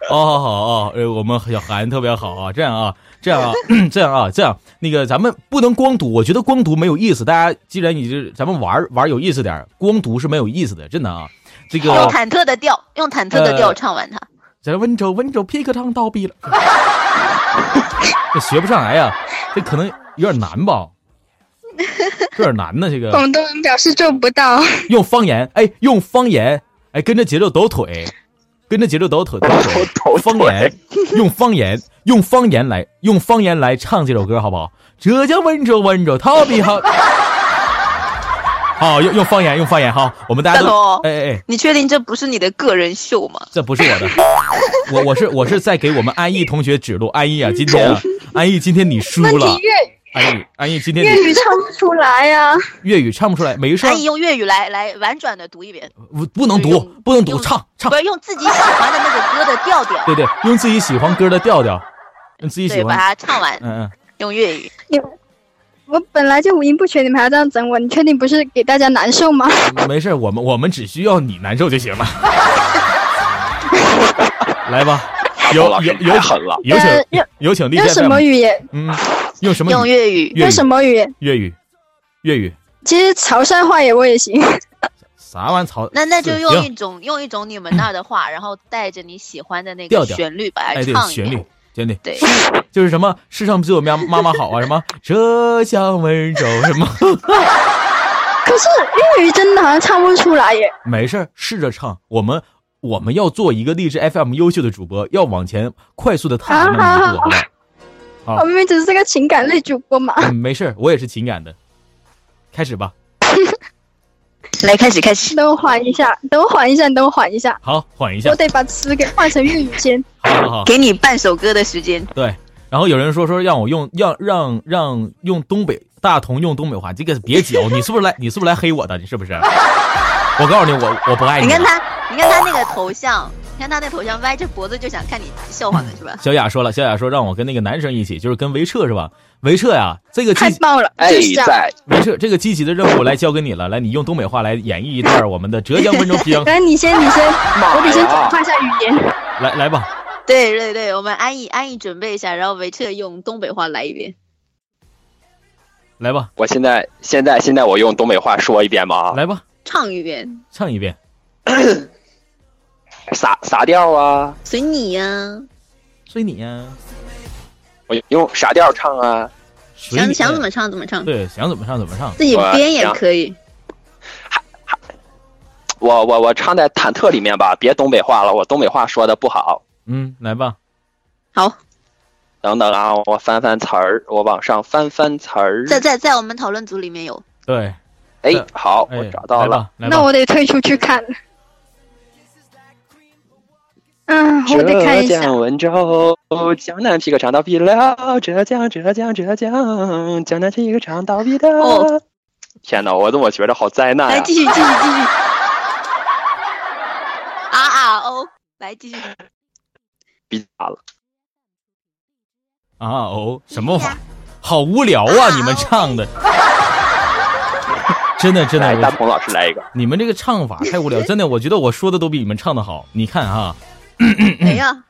S3: 哦，好好哦，呃，我们小韩特别好啊，这样啊，这样啊， 这样啊，这样，那个咱们不能光读，我觉得光读没有意思。大家既然你这，咱们玩儿玩儿有意思点儿，光读是没有意思的，真的啊。这
S7: 用
S3: 个
S7: 忐忑的调，用忐忑的调唱完它。
S3: 咱温州温州皮革厂倒闭了， 这学不上来呀、这可能有点难吧。有点难呢，这个
S11: 广东人表示做不到。
S3: 用方言，哎，用方言，哎，跟着节奏抖腿，跟着节奏抖腿，抖 腿，方言，用方言，用方言来，用方言来唱这首歌，好不好？浙江温州，温州，逃避好。好，用用方言，用方言哈，我们大家
S7: 大
S3: 都
S7: 头，
S3: 哎哎哎，
S7: 你确定这不是你的个人秀吗？
S3: 这不是我的，我我是我是在给我们安逸同学指路。安逸啊，今天啊，安逸今天你输
S9: 问
S3: 了
S9: 题，粤
S3: 安逸安逸今天你
S9: 粤语唱不出来
S11: 啊
S9: 呀、
S3: 粤语唱不出来，没事儿
S7: 难以用粤语来来婉转的读一遍，
S3: 不不能读，不能读，唱唱，
S7: 不是用自己喜欢的那个歌的调调，
S3: 对对，用自己喜欢歌的调调，用自己喜
S7: 对，把
S3: 欢，
S7: 它唱完，
S3: 嗯嗯，
S7: 用粤语。
S9: 你我本来就五音不全，你们还要这样整我，你确定不是给大家难受吗？
S3: 没事儿，我们我们只需要你难受就行了。来 吧，有有有狠了，有
S9: 呃
S3: 请
S9: 用
S3: 有请立
S9: 用什么语言？
S3: 嗯，用什么？
S9: 用粤
S7: 语
S3: 粤
S9: 用什么语言？
S3: 粤语，粤语，
S9: 其实潮汕话也我也行。
S3: 啥玩意儿草？
S7: 那那就用一
S3: 行
S7: 种用一种你们那儿的话，然后带着你喜欢的那
S3: 调
S7: 个
S3: 调
S7: 旋律把它
S3: 哎，对，
S7: 唱一
S3: 旋律
S7: 遍。，
S3: 旋律，
S7: 对，
S3: 就是什么世上只有妈妈妈好啊，什么这江温柔什么，
S9: 可是粤语真的好像唱不出来耶。
S3: 没事儿，试着唱。我们我们要做一个励志 FM 优秀的主播，要往前快速的踏出那么一步，好不好？
S9: 我
S3: 啊，
S9: 明明只是个情感类主播嘛。
S3: 嗯没事儿，我也是情感的，开始吧。
S7: 来，开始，开始。
S9: 等我缓一下，等我缓一下，等我缓一下。
S3: 好，缓一下
S9: 我，得把词给换成粤语先。
S3: 好好好。
S7: 给你半首歌的时间。
S3: 对，然后有人说说让我用让让让用东北大同用东北话，这个别急哦，你是不是来你是不是来黑我的？你是不是？我哎告诉你，我我不爱
S7: 你
S3: 了
S7: 看他，你看他那个头像，你看他那头像歪着脖子就想看你 笑话呢，是吧？
S3: 小雅说了，小雅说让我跟那个男生一起，就是跟维彻是吧？维彻呀，这个积
S9: 太棒了，
S8: 哎
S9: 就是这样。
S3: 维彻这个积极的任务来交给你了，来，你用东北话来演绎一段我们的浙江温州皮 秧，
S9: 来，你先，你先，我得先
S8: 哎
S9: 转换一下语言。
S3: 来来吧，
S7: 对对对，我们安逸安逸准备一下，然后维彻用东北话来一遍。
S3: 来吧，
S8: 我现在现在现在我用东北话说一遍吧，
S3: 来吧，
S7: 唱一遍，
S3: 唱一遍，
S8: 啥啥调啊？
S7: 随你呀、
S3: 随你呀、
S8: 我用啥调唱啊？
S3: 随
S7: 想
S3: 你
S7: 想怎么唱怎么唱，
S3: 对，想怎么唱怎么唱，
S7: 自己编也可以。
S8: 我我我唱在忐忑里面吧，别东北话了，我东北话说的不好。
S3: 嗯，来吧，
S7: 好，
S8: 等等啊，我翻翻词儿，我往上翻翻词儿。
S7: 在在在我们讨论组里面有，
S3: 对，
S8: 哎，好，我找到
S3: 来
S8: 了
S3: 吧。，来
S9: 那
S3: 吧，
S9: 我得退出去看。嗯，我得看一
S8: 浙
S9: 下。
S8: 江温州，江南皮革厂倒闭了，浙江浙江浙江，江南皮革厂倒闭了。
S7: 哦
S8: 天哪，我怎么觉得好灾难
S7: 来
S8: 哎呀、
S7: 继续继续继续。R R O，来哦继续。哎
S8: 逼炸了！
S3: 啊哦，什么玩意儿？好无聊啊！你们唱的， 真的真的，
S8: 来，
S3: 我
S8: 大鹏老师来一个。
S3: 你们这个唱法太无 聊，真的，我觉得我说的都比你们唱的好。你看啊，
S7: 哎呀，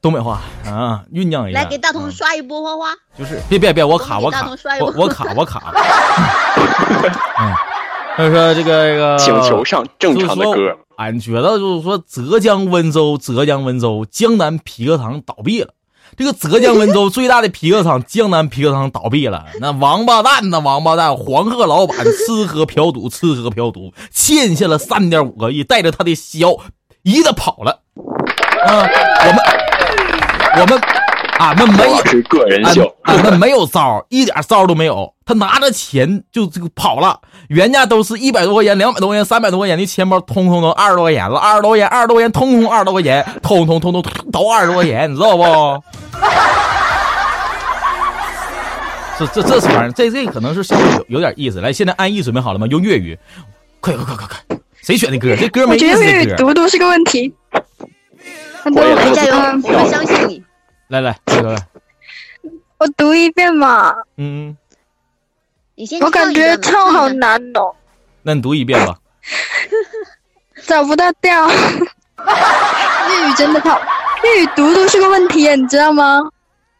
S3: 东北话啊，酝酿一下，嗯
S7: 来给大同刷一波花花。
S3: 就是别别别，我卡
S7: 我
S3: 我
S7: 给大
S3: 卡
S7: 同刷一波
S3: 我我卡我卡。 嗯，他说这个这个，
S8: 请求上正常的歌
S3: 就是说俺觉得就是说，浙江温州，浙江温州，江南皮革厂倒闭了。这个浙江 温州最大的皮革厂江南皮革厂倒闭了，那王八蛋呐，王八蛋！黄鹤老板吃喝嫖赌，吃喝嫖赌，欠下了三点五个亿，带着他的小姨子跑了。啊，我们我们俺们没
S8: 大鹏
S3: 有
S8: 老师个人
S3: 俺
S8: 秀，
S3: 俺啊们没有招儿，一点招儿都没有。他拿着钱就这个跑了，原价都是一百多块钱、两百多块钱、三百多块钱的钱包，通通都二十多块钱了，二十多块钱，二十多块钱，通通二十多块钱，通通通通都二十多块钱，你知道不？ 这这这是玩意儿，这这可能是稍微有有点意思。来，现在安逸准备好了吗？用粤语，快快快快快！谁选的歌？这歌
S9: 我
S3: 没意
S9: 觉
S3: 思。
S9: 得
S3: 这
S9: 粤语
S3: 歌
S9: 读都是个问题。
S3: 哎
S9: 等
S8: 我也
S9: 我
S8: 是
S7: 加油，我们相信你。
S3: 来来，这个
S9: 我读一遍嘛，
S3: 嗯，
S7: 你先
S9: 我感觉
S7: 唱
S9: 唱好难哦，
S3: 那你读一遍吧。
S9: 找不到调。粤语真的好，粤语读都是个问题，你知道吗？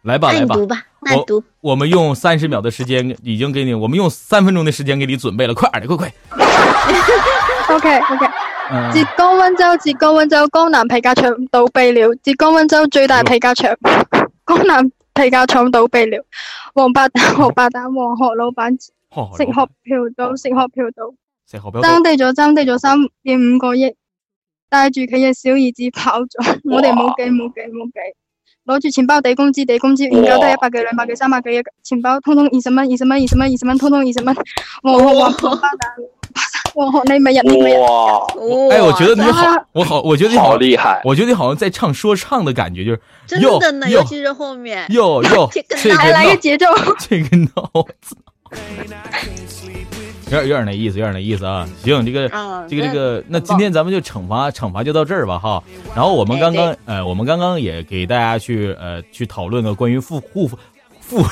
S3: 来
S9: 哎
S3: 吧，来吧，
S7: 吧，
S3: 我。我们用三十秒的时间已经给你，我们用三分钟的时间给你准备了，快点儿的，快快。
S9: OK OK，
S3: 嗯，
S9: 浙江温州，浙江温州江南皮革厂倒闭了，浙江温州最大皮革厂，江南皮革厂倒闭了，王八蛋，王八蛋，黄鹤老板
S3: 學
S9: 學學嫖賭，食學嫖賭，
S3: 食學表
S9: 爭地咗爭地咗三點五個億，帶住佢嘅小兒子跑咗，我哋冇計冇計冇計，攞住錢包抵工資抵工資，研究都係一百幾兩百幾三百幾嘅錢包，通通二十蚊二十蚊二十蚊二十蚊，通通二十蚊，哇哇哇！王八蛋，王八蛋哇！你咪人你咪人，
S8: 哇！
S3: 哎，我觉得你好
S9: 哇，
S3: 我好，我觉得你好
S8: 好厉害，
S3: 我觉得你好像在唱说唱的感觉，就是
S5: 真
S3: 哟
S5: 的呢，尤
S3: 哟
S5: 其是后面，
S3: 哟哟
S5: 这个
S3: 这个
S5: 来来
S3: 闹
S5: 个节
S9: 奏，
S3: 这个脑子，有点有点那意思，有点那意思啊。行，这个
S7: 嗯
S3: 这个这个，那
S7: 那很棒
S3: 今天咱们就惩罚惩罚就到这儿吧哈。然后我们刚刚
S7: 哎
S3: 呃，我们刚刚也给大家去呃去讨论了关于护护护。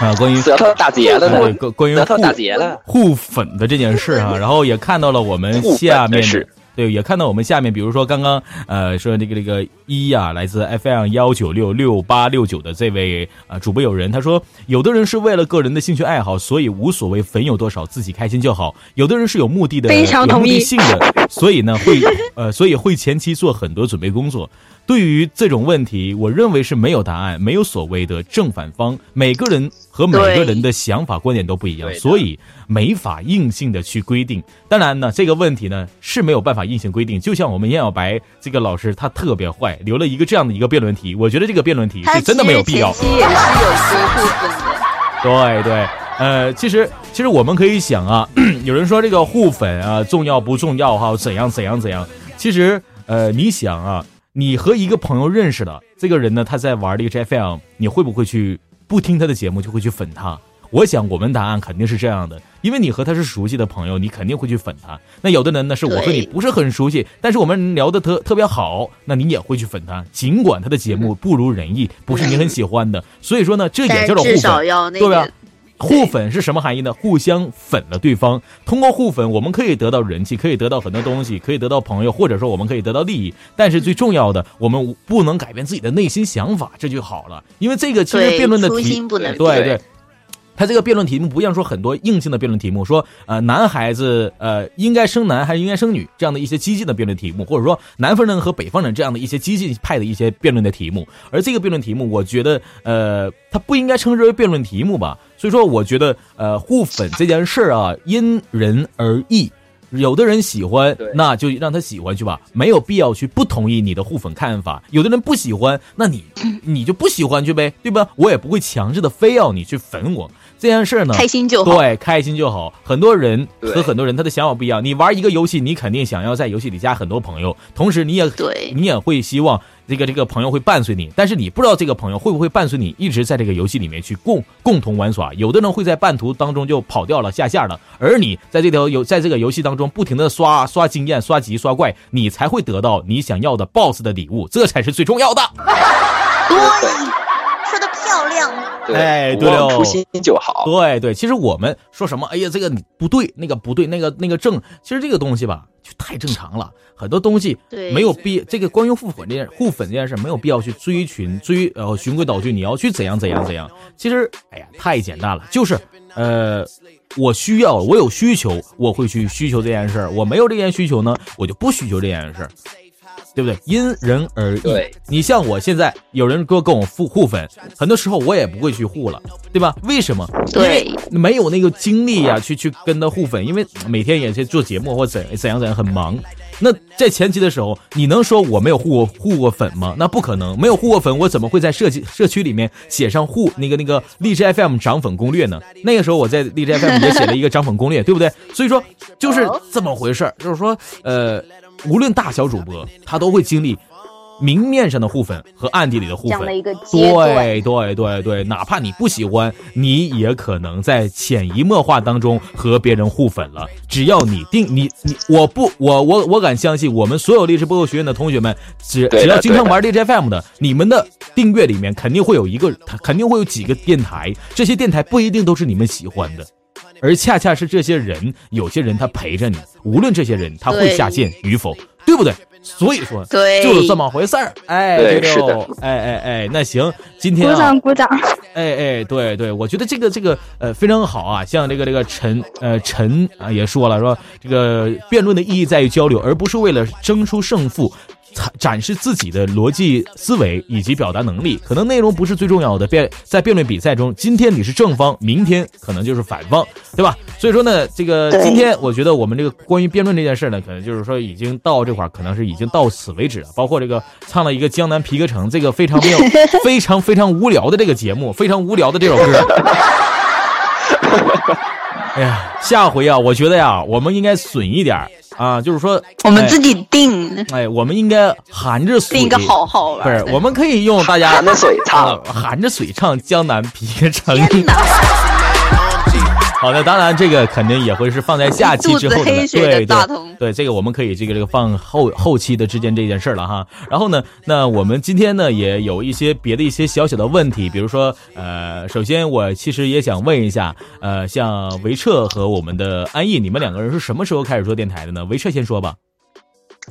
S3: 啊，关于
S8: 舌头打结了呢
S3: 对哎关关于
S8: 舌头
S3: 护
S8: 打结了
S3: 互粉的这件事 啊，然后也看到了我们
S8: 互粉
S3: 下
S8: 的
S3: 面
S8: 事
S3: 对，也看到我们下面，比如说刚刚呃说这个这个一啊，来自 FM 幺九六六八六九的这位呃主播友人，他说，有的人是为了个人的兴趣爱好，所以无所谓粉有多少，自己开心就好；有的人是有目的的，
S6: 非常同意
S3: 有目的性的，所以呢会呃，所以会前期做很多准备工作。对于这种问题，我认为是没有答案，没有所谓的正反方，每个人和每个
S7: 对
S3: 人的想法观点都不一样，
S8: 对的
S3: 所以没法硬性的去规定。当然呢，这个问题呢是没有办法硬性规定。就像我们燕小白这个老师，他特别坏，留了一个这样的一个辩论题，我觉得这个辩论题
S7: 他
S3: 是真的没有必要啊
S7: 其。实前期也是有说部分
S3: 对
S7: 的。
S3: 对，呃，其实其实我们可以想啊， 有人说这个互粉啊重要不重要哈、怎样怎样怎样？其实呃，你想啊，你和一个朋友认识了，这个人呢他在玩这个 JFM，你会不会去不听他的节目就会去粉他？我想我们答案肯定是这样的，因为你和他是熟悉的朋友，你肯定会去粉他。那有的人呢，是我和你
S7: 对
S3: 不是很熟悉，但是我们聊得特特别好，那你也会去粉他，尽管他的节目不如人意，不是你很喜欢的。所以说呢，这也
S7: 嗯但
S3: 叫
S7: 是
S3: 做互
S7: 至少
S3: 粉。
S7: 要那
S3: 对吧
S7: 个，？
S3: 互粉是什么含义呢？互相粉了对方，通过互粉，我们可以得到人气，可以得到很多东西，可以得到朋友，或者说我们可以得到利益。但是最重要的，我们不能改变自己的内心想法，这就好了。因为这个其实
S7: 对
S3: 辩论的
S7: 初
S3: 题
S7: 心不能
S3: 对啊
S7: 变
S3: 对。他这个辩论题目不像说很多硬性的辩论题目，说呃男孩子呃应该生男还是应该生女这样的一些激进的辩论题目，或者说南方人和北方人这样的一些激进派的一些辩论的题目。而这个辩论题目，我觉得呃它不应该称之为辩论题目吧。所以说，我觉得呃互粉这件事儿啊，因人而异。有的人喜欢
S8: 对，
S3: 那就让他喜欢去吧，没有必要去不同意你的互粉看法。有的人不喜欢，那你
S7: 嗯
S3: 你就不喜欢去呗，对吧？我也不会强制的非要你去粉我这件事儿呢。
S7: 开心就好。
S3: 对，开心就好。很多人和
S8: 对
S3: 很多人他的想法不一样。你玩一个游戏，你肯定想要在游戏里加很多朋友，同时你也
S7: 对
S3: 你也会希望这个这个朋友会伴随你，但是你不知道这个朋友会不会伴随你一直在这个游戏里面去共共同玩耍。有的人会在半途当中就跑掉了下线了，而你在这条游在这个游戏当中不停的刷刷经验、刷级、刷怪，你才会得到你想要的 BOSS 的礼物，这才是最重要的。
S7: 对，说的漂亮，
S8: 对，
S3: 哎对
S8: 不忘
S3: 了
S8: 初心就好。
S3: 对对，其实我们说什么，哎呀，这个你不对，那个不对，那个那个正，其实这个东西吧，就太正常了。很多东西
S7: 对
S3: 没有必这个关于互粉这件互粉这件事没有必要去追寻追呃循规蹈矩，你要去怎样怎样怎样。其实哎呀，太简单了，就是呃，我需要我有需求，我会去需求这件事儿；我没有这件需求呢，我就不需求这件事儿。对不对？因人而异
S8: 对。
S3: 你像我现在有人跟我跟我互互粉，很多时候我也不会去互了，对吧？为什么？
S7: 对，
S3: 没有那个精力呀、去去跟他互粉，因为每天也是做节目或怎怎样怎样很忙。那在前期的时候，你能说我没有互过互过粉吗？那不可能，没有互过粉，我怎么会在社区社区里面写上互那个那个荔枝 FM 涨粉攻略呢？那个时候我在荔枝 FM 也写了一个涨粉攻略，对不对？所以说就是这么回事儿就是说呃，无论大小主播，他都会经历明面上的互粉和暗地里的互
S7: 这
S3: 粉
S7: 样的一个阶段，
S3: 对对对对，哪怕你不喜欢，你也可能在潜移默化当中和别人互粉了。只要你定你你，我不我我我敢相信，我们所有励志播客学院的同学们，只
S8: 对的
S3: 只要经常
S8: 对的
S3: 玩 DJ FM 的，你们的订阅里面肯定会有一个，肯定会有几个电台，这些电台不一定都是你们喜欢的。而恰恰是这些人，有些人他陪着你，无论这些人他会
S7: 对
S3: 下线与否，对不对？所以说，
S7: 对
S3: 就是这么回事儿。哎，
S8: 对
S3: 六六
S8: 是
S3: 哎哎哎，那行，今天
S9: 鼓
S3: 啊
S9: 掌，鼓掌，
S3: 哎哎，对对，我觉得这个这个呃非常好啊，像这个这个陈呃陈啊也说了，说这个辩论的意义在于交流，而不是为了争出胜负。展展示自己的逻辑思维以及表达能力。可能内容不是最重要的，辩在辩论比赛中，今天你是正方，明天可能就是反方，对吧？所以说呢，这个
S11: 对
S3: 今天我觉得我们这个关于辩论这件事呢，可能就是说已经到这块儿，可能是已经到此为止了。包括这个唱了一个《江南皮革城》这个非常 没有、非常非常无聊的这个节目，非常无聊的这首歌。哎呀，下回啊，我觉得呀、我们应该损一点儿啊，就是说
S11: 我们自己
S3: 定。哎，我们应该含着水
S11: 定一个好好玩
S3: 不
S11: 儿
S3: 是
S11: 的，
S3: 我们可以用大家
S8: 啊
S3: 含着水唱，含着水唱《江南皮革城》。 好的，当然这个肯定也会是放在下期之后
S11: 肚子黑
S3: 的，
S11: 水的
S3: 对
S11: 大
S3: 对
S11: 同
S3: 对，这个我们可以这个这个放后后期的之间这件事儿了哈。然后呢，那我们今天呢也有一些别的一些小小的问题，比如说呃，首先我其实也想问一下，呃，像维彻和我们的安逸，你们两个人是什么时候开始做电台的呢？维彻先说吧。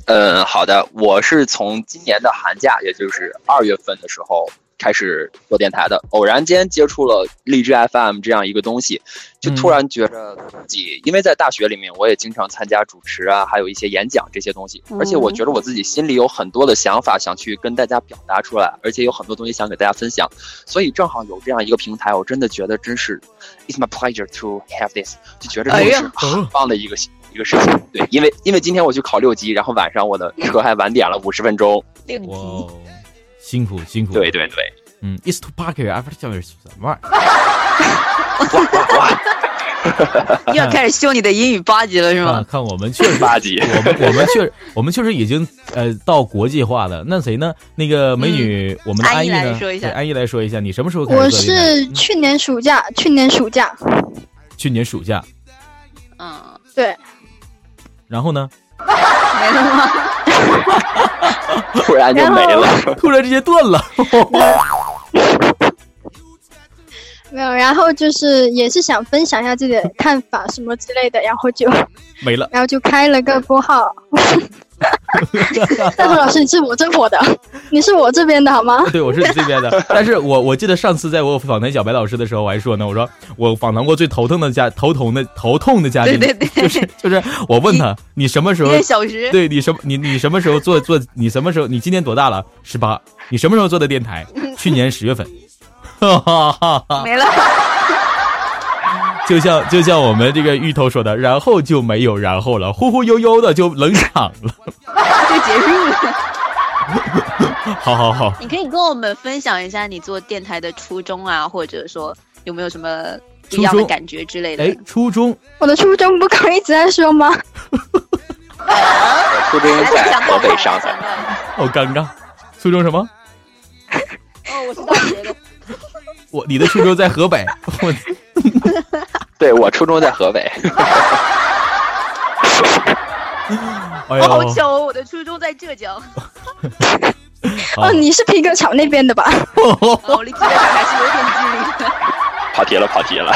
S8: 嗯，好的，我是从今年的寒假，也就是二月份的时候开始做电台的，偶然间接触了荔枝 FM 这样一个东西，就突然觉着自己，因为在大学里面我也经常参加主持啊，还有一些演讲这些东西，而且我觉得我自己心里有很多的想法想去跟大家表达出来，而且有很多东西想给大家分享，所以正好有这样一个平台，我真的觉得真是，it's my pleasure to have this，就觉得
S11: 哎
S8: 真的
S11: 呀
S8: 是很棒的一个、一个事情。对，因为因为今天我去考六级，然后晚上我的车还晚点了五十分钟。
S3: 哇哦，辛苦辛苦。
S8: 嗯对对对，
S3: 嗯，It's to Parker after 什么玩意儿？
S11: 又要开始秀你的英语八级了是
S3: 啊
S11: 吗？
S3: 看我们确实我们我们确我们确实已经呃到国际化了。那谁呢？那个美女，我们的安
S9: 安
S3: 逸
S9: 逸
S3: 呢？
S9: 来说一下
S3: 对安逸来说一下，你什么时候开始做
S9: 我
S3: 的电台？
S9: 是去年暑假，去年暑假，
S3: 去年暑假，嗯
S9: 对，
S3: 然后呢？
S7: 嗯
S9: 没了吗？
S3: 啊
S8: 突然
S9: 就没了然，
S3: 突然之间断了。
S9: 没有，然后就是也是想分享一下自己的看法什么之类的，然后就
S3: 没了
S9: 然后就开了个拨号。 大头老师，你是我这伙的，你是我这边的好吗？
S3: 对，我是你这边的，但是我我记得上次在我访谈小白老师的时候，我还说呢，我说我访谈过最头疼的嘉头疼的头痛的嘉宾，
S11: 对对对
S3: 就是就是我问他你什么时候
S11: 一个小 时
S3: 对你什么你你什么时候做做你什么时候你今年多大了？十八，你什么时候做的电台？去年十月份，哈哈哈哈，
S11: 没了。
S3: 就像就像我们这个芋头说的，然后就没有然后了，忽忽悠悠的就冷场了。
S11: 就结束了。
S3: 好好好，
S11: 你可以跟我们分享一下你做电台的初衷啊，或者说有没有什么不一样的感觉之类的。
S3: 哎，初中
S9: 我的初中不刚一直在说吗？
S8: 初中在河北上海。
S3: 好哦尴尬，初中什么？
S11: 哦，我是大学的。
S3: 我你的初中在河北， 我
S8: 对我初中在河北。
S3: 哎
S11: 我
S3: 呦，
S11: 好巧哦，我的初中在浙 江。
S3: 好
S9: 哦，你是皮革厂那边的吧？
S11: 哦，离浙江还是有点距离的。
S8: 跑题了，跑题了。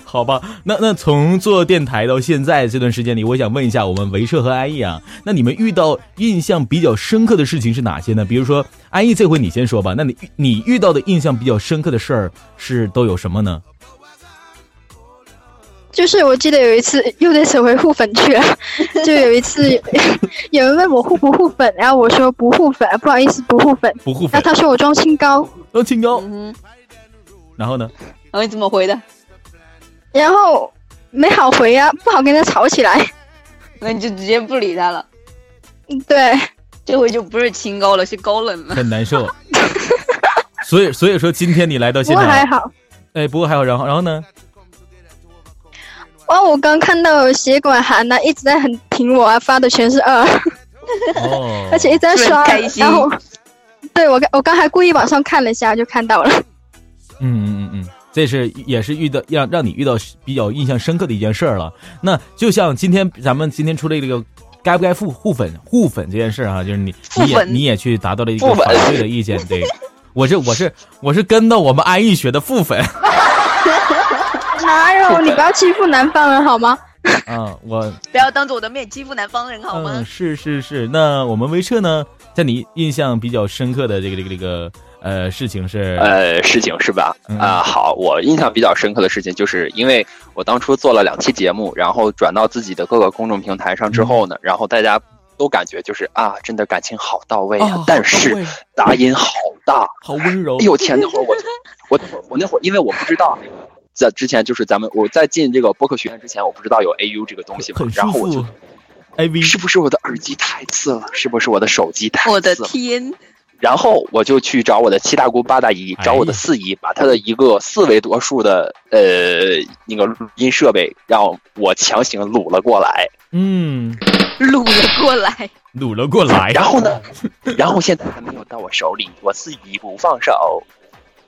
S3: 好吧，那那从做电台到现在这段时间里，我想问一下我们维彻和安逸啊，那你们遇到印象比较深刻的事情是哪些呢？比如说安逸，这回你先说吧。那你你遇到的印象比较深刻的事儿是都有什么呢？
S9: 就是我记得有一次又得扯回互粉去了，就有一次 有人问我互不互粉，然后我说不互粉，不好意思不互粉，
S3: 不互粉
S9: 然后他说我装清高，
S3: 装清高，然后呢？
S11: 然后你怎么回的？
S9: 然后没好回啊，不好跟他吵起来，
S11: 那你就直接不理他了。
S9: 对，
S11: 这回就不是清高了，是高冷了。
S3: 很难受。所以所以说今天你来到
S9: 不
S3: 现
S9: 过还
S3: 场，
S9: 好。
S3: 哎，不过还好，然后然后呢？
S9: 哇，我刚看到血管寒呢、一直在很挺我啊，发的全是二，
S3: 哦，
S9: 而且一直在
S11: 是不是
S9: 刷，
S11: 开心
S9: 然后对我刚我刚还故意往上看了一下，就看到了。
S3: 嗯嗯嗯嗯，这是也是遇到让让你遇到比较印象深刻的一件事儿了。那就像今天咱们今天出了这个该不该互互粉互粉这件事儿啊，就是你你也
S11: 粉
S3: 你也去达到了一个
S11: 互粉
S3: 反对的意见，对。 我是我是我是跟到我们安逸学的互粉
S9: 哪有？你不要欺负南方人好吗？
S3: 啊， 我
S11: 不要当着我的面欺负南方人好吗？
S3: 嗯是是是。那我们威彻呢，在你印象比较深刻的这个这个这个呃事情是
S8: 呃，事情是吧？啊、好，我印象比较深刻的事情，就是因为我当初做了两期节目，然后转到自己的各个公众平台上之后呢，然后大家都感觉就是啊，真的感情好到位啊
S4: 哦
S3: 啊！
S8: 但
S3: 好到
S8: 是
S3: 位
S8: 杂音好大，
S3: 好温柔
S8: 哎呦天，那会儿我我那会儿我那会儿因为我不知道。在之前就是咱们我在进这个播客学院之前，我不知道有 AU 这个东西嘛，然后我就
S3: A V
S8: 是不是我的耳机太刺了？是不是我的手机太刺了？
S11: 我的天，
S8: 然后我就去找我的七大姑八大姨，找我的四姨，把她的一个四维多数的呃那个录音设备，让我强行掳了过来，
S3: 嗯，
S11: 撸了过来，
S3: 掳了过来。
S8: 然后呢，然后现在还没有到我手里，我四姨不放手，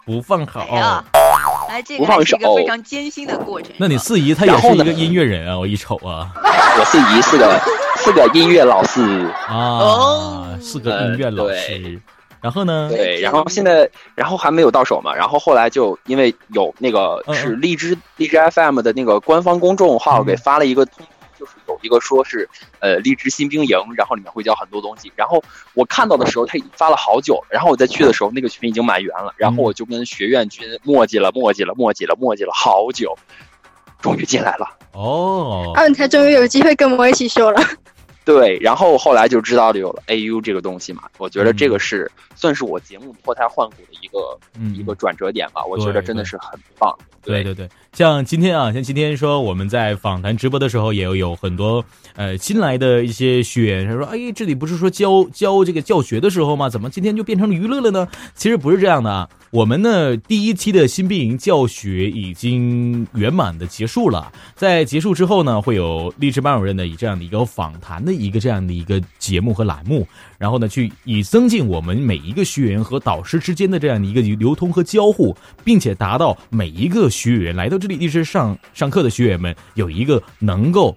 S3: 不放好。
S11: 哎，这
S8: 不
S11: 个
S8: 放
S11: 还是一
S8: 手
S11: 个非常艰辛的过程。
S3: 那你四姨她也
S8: 然
S3: 是
S8: 后
S3: 一
S8: 呢
S3: 个音乐人啊，我一瞅 啊，
S8: 我四姨是个是个音乐老师，
S3: 啊，是个音乐老师。然后呢？
S8: 哦对，然后现在，然后还没有到手嘛，然后后来就因为有那个是荔枝荔枝 FM 的那个官方公众号给发了一个通知，就是有一个说是呃荔枝新兵营，然后里面会教很多东西。然后我看到的时候，他已经发了好久了，然后我再去的时候，那个群已经满员了，然后我就跟学院君磨叽了磨叽了磨叽了磨叽了好久，终于进来了。
S3: 哦
S9: 啊，你才终于有机会跟我一起说了。
S8: 对，然后后来就知道了有了 AU 这个东西嘛，我觉得这个是、算是我节目脱胎换骨的一个、
S3: 嗯
S8: 一个转折点吧，我觉得
S3: 对
S8: 真的是很棒。
S3: 对对对，像今天啊，像今天说我们在访谈直播的时候，也有有很多呃新来的一些学员，他说：“哎，这里不是说教教这个教学的时候吗？怎么今天就变成娱乐了呢？”其实不是这样的啊，我们呢第一期的新兵营教学已经圆满的结束了，在结束之后呢，会有励志班主任的以这样的一个访谈的一个这样的一个节目和栏目，然后呢，去以增进我们每一个学员和导师之间的这样的一个流通和交互，并且达到每一个学员来到这里励志上上课的学员们有一个能够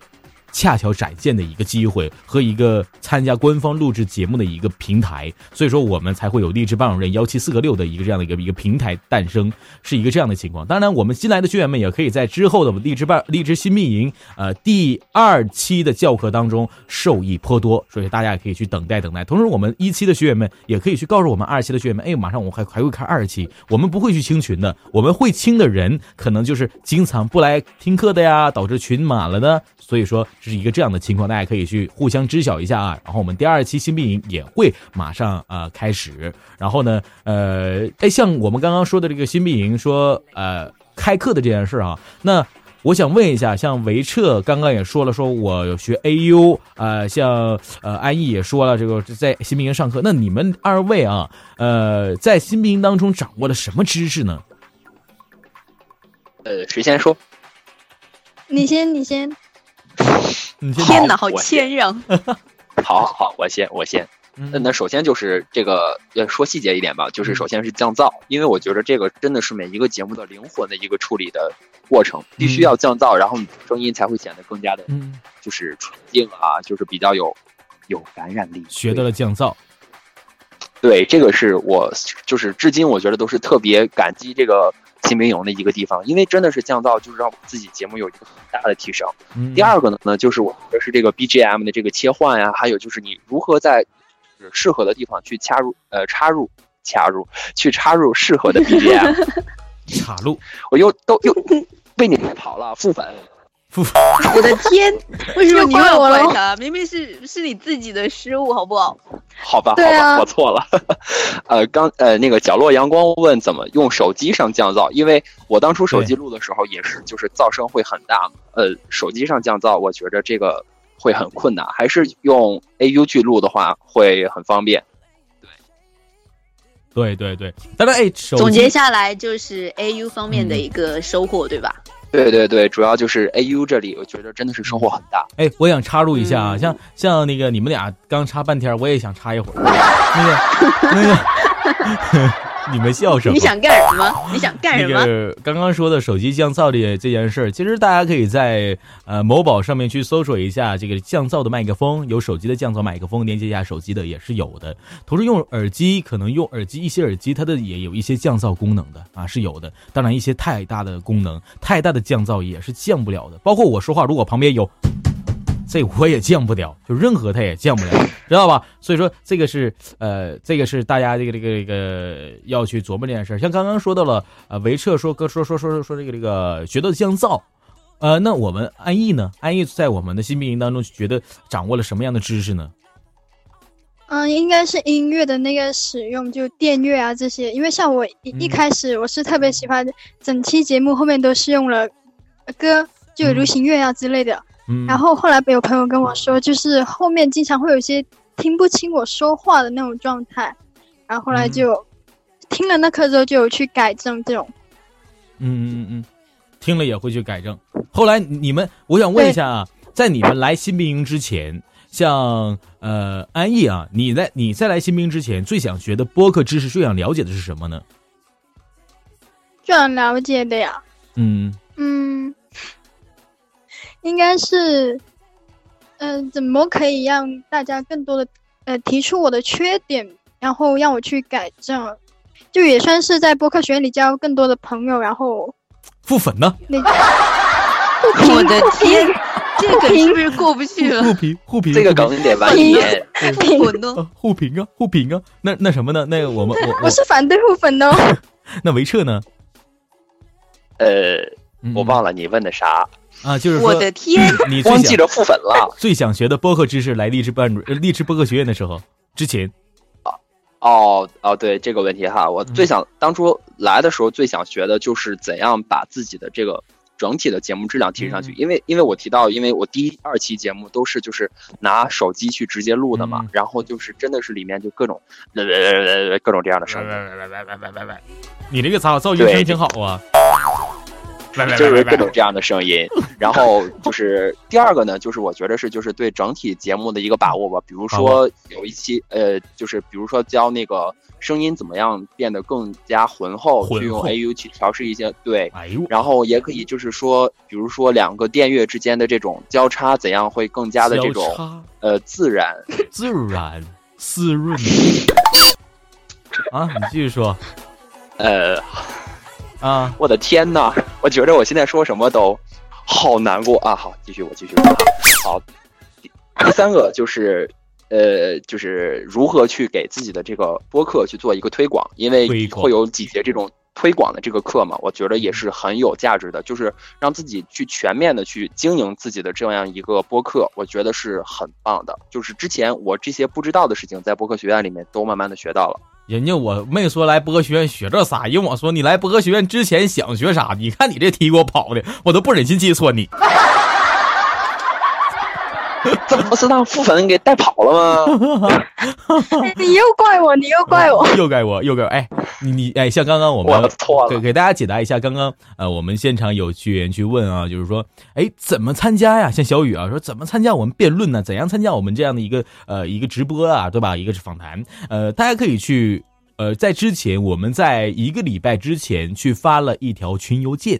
S3: 恰巧展现的一个机会和一个参加官方录制节目的一个平台，所以说我们才会有励志班主任幺七四个六的一个这样的一个一个平台诞生，是一个这样的情况。当然，我们新来的学员们也可以在之后的励志班励志新密营呃第二期的教课当中受益颇多，所以大家也可以去等待等待。同时，我们一期的学员们也可以去告诉我们二期的学员们，哎，马上我们还还会开二期，我们不会去清群的，我们会清的人可能就是经常不来听课的呀，导致群满了呢。所以说这是一个这样的情况，大家可以去互相知晓一下啊。然后我们第二期新兵营也会马上呃开始，然后呢，呃，哎，像我们刚刚说的这个新兵营说呃开课的这件事啊，那。我想问一下，像维彻刚刚也说了，说我有学 AU，呃，像呃安逸也说了，这个在新兵营上课，那你们二位啊，呃，在新兵营当中掌握了什么知识呢？
S8: 呃，谁先说？
S9: 你先，你先，
S11: 天哪，好
S8: 我
S11: 谦让。
S8: 好好好，我先我先。那那首先就是这个，呃，说细节一点吧，
S3: 嗯
S8: 就是首先是降噪，因为我觉得这个真的是每一个节目的灵魂的一个处理的过程，必
S3: 嗯
S8: 须要降噪，然后声音才会显得更加的，就是纯净啊，就是比较有有感染力。
S3: 学到了降噪，
S8: 对，这个是我就是至今我觉得都是特别感激这个新兵营的一个地方，因为真的是降噪，就是让我自己节目有一个很大的提升。
S3: 嗯
S8: 第二个呢，就是我觉得是这个 BGM 的这个切换呀、还有就是你如何在就是适合的地方去插入呃插入插入去插入适合的 BGM。
S3: 岔路，
S8: 我又都又被你们跑了，副粉。
S11: 我的天，为什么哎你又
S9: 又
S11: 要
S9: 怪我
S11: 怪
S9: 了
S11: 他？明明是是你自己的失误，好不好？
S8: 好吧，好
S11: 对
S8: 吧，
S11: 啊
S8: 我错了。 呃，刚呃那个角落阳光问怎么用手机上降噪，因为我当初手机录的时候也是，就是噪声会很大嘛。呃，手机上降噪，我觉着这个会很困难，还是用 AU 去录的话会很方便。
S3: 对对对，当然哎，手机
S11: 总结下来就是 AU 方面的一个收获，对
S3: 嗯
S11: 吧？
S8: 对对对，主要就是 AU 这里，我觉得真的是收获很大。
S3: 哎，我想插入一下啊，像像那个你们俩刚插半天，我也想插一会儿。那个那个，你们笑什么？
S11: 你想干什么？你想干什么
S3: 那？个刚刚说的手机降噪这这件事儿，其实大家可以在呃某宝上面去搜索一下这个降噪的麦克风，有手机的降噪麦克风，连接一下手机的也是有的。同时用耳机，可能用耳机一些耳机它的也有一些降噪功能的啊是有的。当然一些太大的功能，太大的降噪也是降不了的。包括我说话，如果旁边有这我也降不了，就任何它也降不了， 知道吧？所以说这个是呃，这个是大家这个这个这个要去琢磨这件事儿。像刚刚说到了，呃，维彻说哥说说说说说这个这个学到降噪，呃，那我们安逸呢？安逸在我们的新兵营当中觉得掌握了什么样的知识呢？
S9: 嗯，应该是音乐的那个使用，就电乐啊这些。因为像我一一
S3: 嗯
S9: 开始我是特别喜欢，整期节目后面都是用了歌，就有流行乐啊之类的。
S3: 嗯
S9: 然后后来有朋友跟我说，就是后面经常会有一些听不清我说话的那种状态，然后
S3: 嗯
S9: 后来就、听了那课之后就有去改正这种。
S3: 嗯嗯嗯，听了也会去改正。后来你们，我想问一下啊，在你们来新兵营之前，像呃安逸啊，你在你在来新兵营之前，最想学的播客知识，最想了解的是什么呢？
S9: 最想了解的呀，
S3: 嗯
S9: 嗯，应该是，嗯、怎么可以让大家更多的呃提出我的缺点，然后让我去改正，就也算是在播客学院里交更多的朋友，然后
S3: 傅粉呢？
S9: 那
S11: 我的天， 这
S9: 不
S11: 个
S9: 平
S11: 是不是过不去了？
S3: 互评互评，
S8: 这个梗得晚一点
S11: 不平不平
S3: 啊互评啊，互评啊。那那什么呢？那 我们我
S9: 我
S3: 我
S9: 是反对互粉的、哦。
S3: 那维彻呢？嗯
S8: 呃，我忘了你问的啥，
S3: 啊，就是说
S11: 我的天，
S3: 你
S8: 光记着傅粉了。
S3: 最想学的播客知识来励志班主呃励志播客学院的时候之前，
S8: 哦哦，对这个问题哈，我最想、当初来的时候最想学的就是怎样把自己的这个整体的节目质量提上去，因为因为我提到，因为我第一二期节目都是就是拿手机去直接录的嘛，然后就是真的是里面就各种呃呃呃各种这样的声音，
S3: 你这个操噪音
S8: 对
S3: 声挺好啊。
S8: 就是各种这样的声音。然后就是第二个呢，就是我觉得是就是对整体节目的一个把握吧。比如说有一期呃，就是比如说教那个声音怎么样变得更加浑厚，
S3: 浑
S8: 去用
S3: 厚
S8: AU 去调试一些对。
S3: 哎呦，
S8: 然后也可以就是说，比如说两个电乐之间的这种交叉，怎样会更加的这
S3: 交叉
S8: 种呃自然。
S3: 自然湿润 啊！你继续说，
S8: 呃，
S3: 啊，
S8: 我的天呐，我觉着我现在说什么都好难过啊！好，继续，我继续说啊。好，第第三个就是，呃，就是如何去给自己的这个播客去做一个推广，因为
S3: 推广
S8: 会有几节这种推广的这个课嘛，我觉得也是很有价值的，就是让自己去全面的去经营自己的这样一个播客，我觉得是很棒的。就是之前我这些不知道的事情，在播客学院里面都慢慢的学到了。
S3: 人家我没说来播客学院学这啥，因为我说你来播客学院之前想学啥，你看你这题给我跑的，我都不忍心揭穿你。
S8: 怎么是让傅粉给带跑了 吗？
S9: 你又怪我，你又怪我。
S3: 又该我，又该我。哎，你你哎，像刚刚我们
S8: 哎我错了
S3: 给给大家解答一下，刚刚呃，我们现场有学员去问啊，就是说，哎，怎么参加呀？像小雨啊，说怎么参加我们辩论呢？怎样参加我们这样的一个呃一个直播啊，对吧？一个是访谈，呃，大家可以去呃，在之前我们在一个礼拜之前去发了一条群邮件。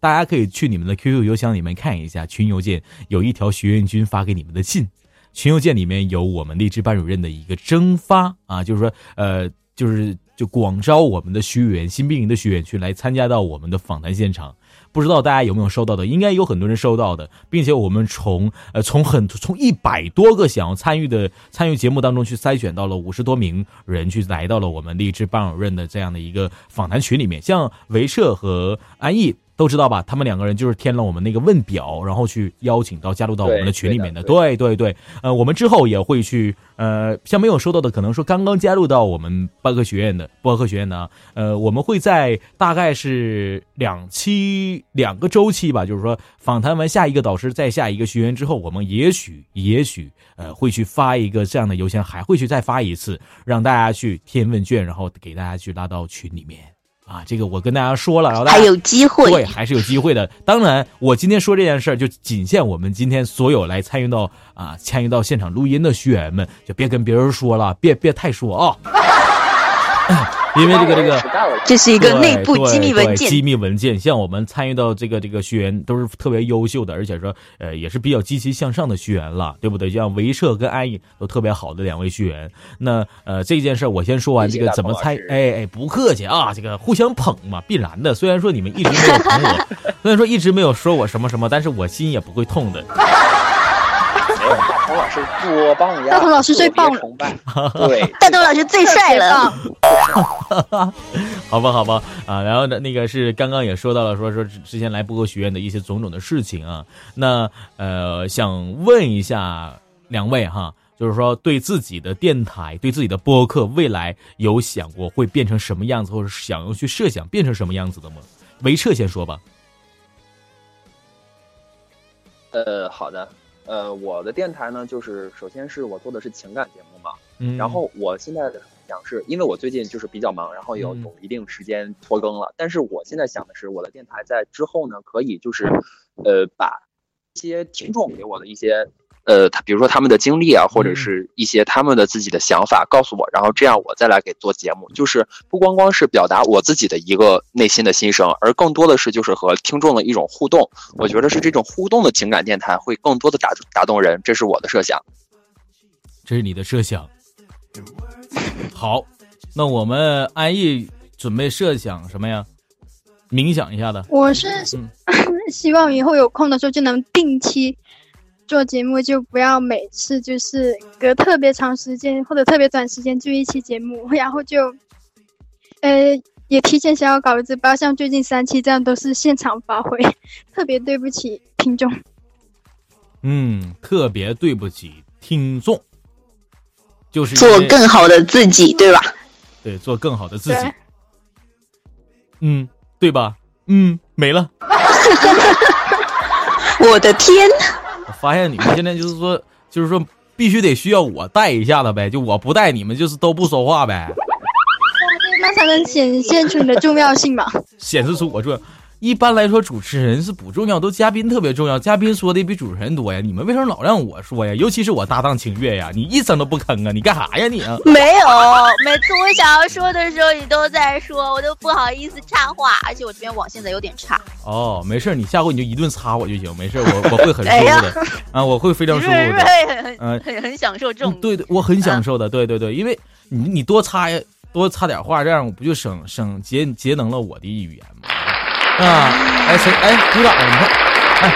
S3: 大家可以去你们的 QQ 邮箱里面看一下群邮件，有一条学院君发给你们的信，群邮件里面有我们励志班主任的一个征发啊，就是说呃，就是就广招我们的学员，新兵营的学员去来参加到我们的访谈现场。不知道大家有没有收到的？应该有很多人收到的，并且我们从呃从很从一百多个想要参与的参与节目当中去筛选到了五十多名人，去来到了我们励志班主任的这样的一个访谈群里面。像维彻和安逸都知道吧，他们两个人就是填了我们那个问表，然后去邀请到加入到我们的群里面的。对对对，呃，我们之后也会去，呃，像没有收到的，可能说刚刚加入到我们巴克学院的巴克学院呢，呃，我们会在大概是两期两个周期吧，就是说访谈完下一个导师，再下一个学员之后，我们也许也许呃会去发一个这样的邮箱，还会去再发一次，让大家去填问卷，然后给大家去拉到群里面。啊，这个我跟大家说了，然后大家
S11: 还有机会
S3: 对，啊还是有机会的。当然，我今天说这件事儿，就仅限我们今天所有来参与到啊参与到现场录音的学员们，就别跟别人说了，别别太说啊。 因为这个这个，
S11: 这是一个内部
S3: 对
S11: 机密
S3: 对
S11: 文件
S3: 机密文件，像我们参与到这个这个学员都是特别优秀的，而且说呃也是比较积极向上的学员了，对不对？像维社跟安逸都特别好的两位学员。那呃这件事儿我先说完
S8: 谢
S3: 这
S8: 谢
S3: 个
S8: 大
S3: 怎么
S8: 鹏老
S3: 参，
S8: 师
S3: 哎哎不客气啊，这个互相捧嘛，必然的。虽然说你们一直没有 捧我，虽然说一直没有说我什么什么，但是我心也不会痛的。
S8: 大鹏老师多棒呀！
S9: 大鹏老师最棒了
S8: 崇拜， 对，
S11: 大东老师最帅了，
S3: 好吧，好吧，啊，然后呢，那个是刚刚也说到了说，说之之前来播客学院的一些种种的事情啊。那呃，想问一下两位哈，就是说对自己的电台、对自己的播客未来有想过会变成什么样子，或者是想要去设想变成什么样子的吗？维彻先说吧。
S8: 呃，好的，呃，我的电台呢，就是首先是我做的是情感节目嘛，
S3: 嗯
S8: 然后我现在的想是，因为我最近就是比较忙，然后有
S3: 嗯
S8: 有一定时间拖更了，但是我现在想的是，我的电台在之后呢，可以就是，呃，把一些听众给我的一些。呃，他比如说他们的经历啊，或
S3: 嗯
S8: 者是一些他们的自己的想法告诉我，然后这样我再来给做节目，就是不光光是表达我自己的一个内心的心声，而更多的是就是和听众的一种互动。我觉得是这种互动的情感电台会更多的打打动人，这是我的设想。
S3: 这是你的设想。好，那我们安逸准备设想什么呀？冥想一下的。
S9: 我是
S3: 嗯
S9: 希望以后有空的时候就能定期做节目，就不要每次就是隔特别长时间或者特别短时间就一期节目，然后就呃也提前写好稿子，不要像最近三期这样都是现场发挥， 特别对不起听众。
S3: 嗯，特别对不起听众，就是因
S7: 做
S3: 为
S7: 更好的自己，对吧？
S3: 对做更好的自己
S9: 对，啊
S3: 嗯，对吧？嗯，没了。
S7: 我的天，
S3: 我发现你们现在就是说，就是说必须得需要我带一下子呗，就我不带你们就是都不说话呗，
S9: 那才能显现出你的重要性嘛。
S3: 显示出我重要。一般来说，主持人是不重要，都嘉宾特别重要，嘉宾说的也比主持人多呀。你们为什么老让我说呀？尤其是我搭档清月呀，你一声都不吭啊，你干啥呀你啊？
S12: 没有，每次我想要说的时候，你都在说，我都不好意思插话，而且我这边网现在有点差。
S3: 哦，没事儿，你下回你就一顿擦我就行，没事 儿，我我会很舒
S12: 哎呀
S3: 服的，啊，我会非常舒服
S12: 瑞
S3: 的
S12: 瑞，很
S3: 嗯
S12: 很很享受这种
S3: 对对，我很享受的，对对对，因为你你多插呀，多插点话，这样我不就省省节节能了我的语言吗？啊，哎谁哎鼓掌，你看，哎，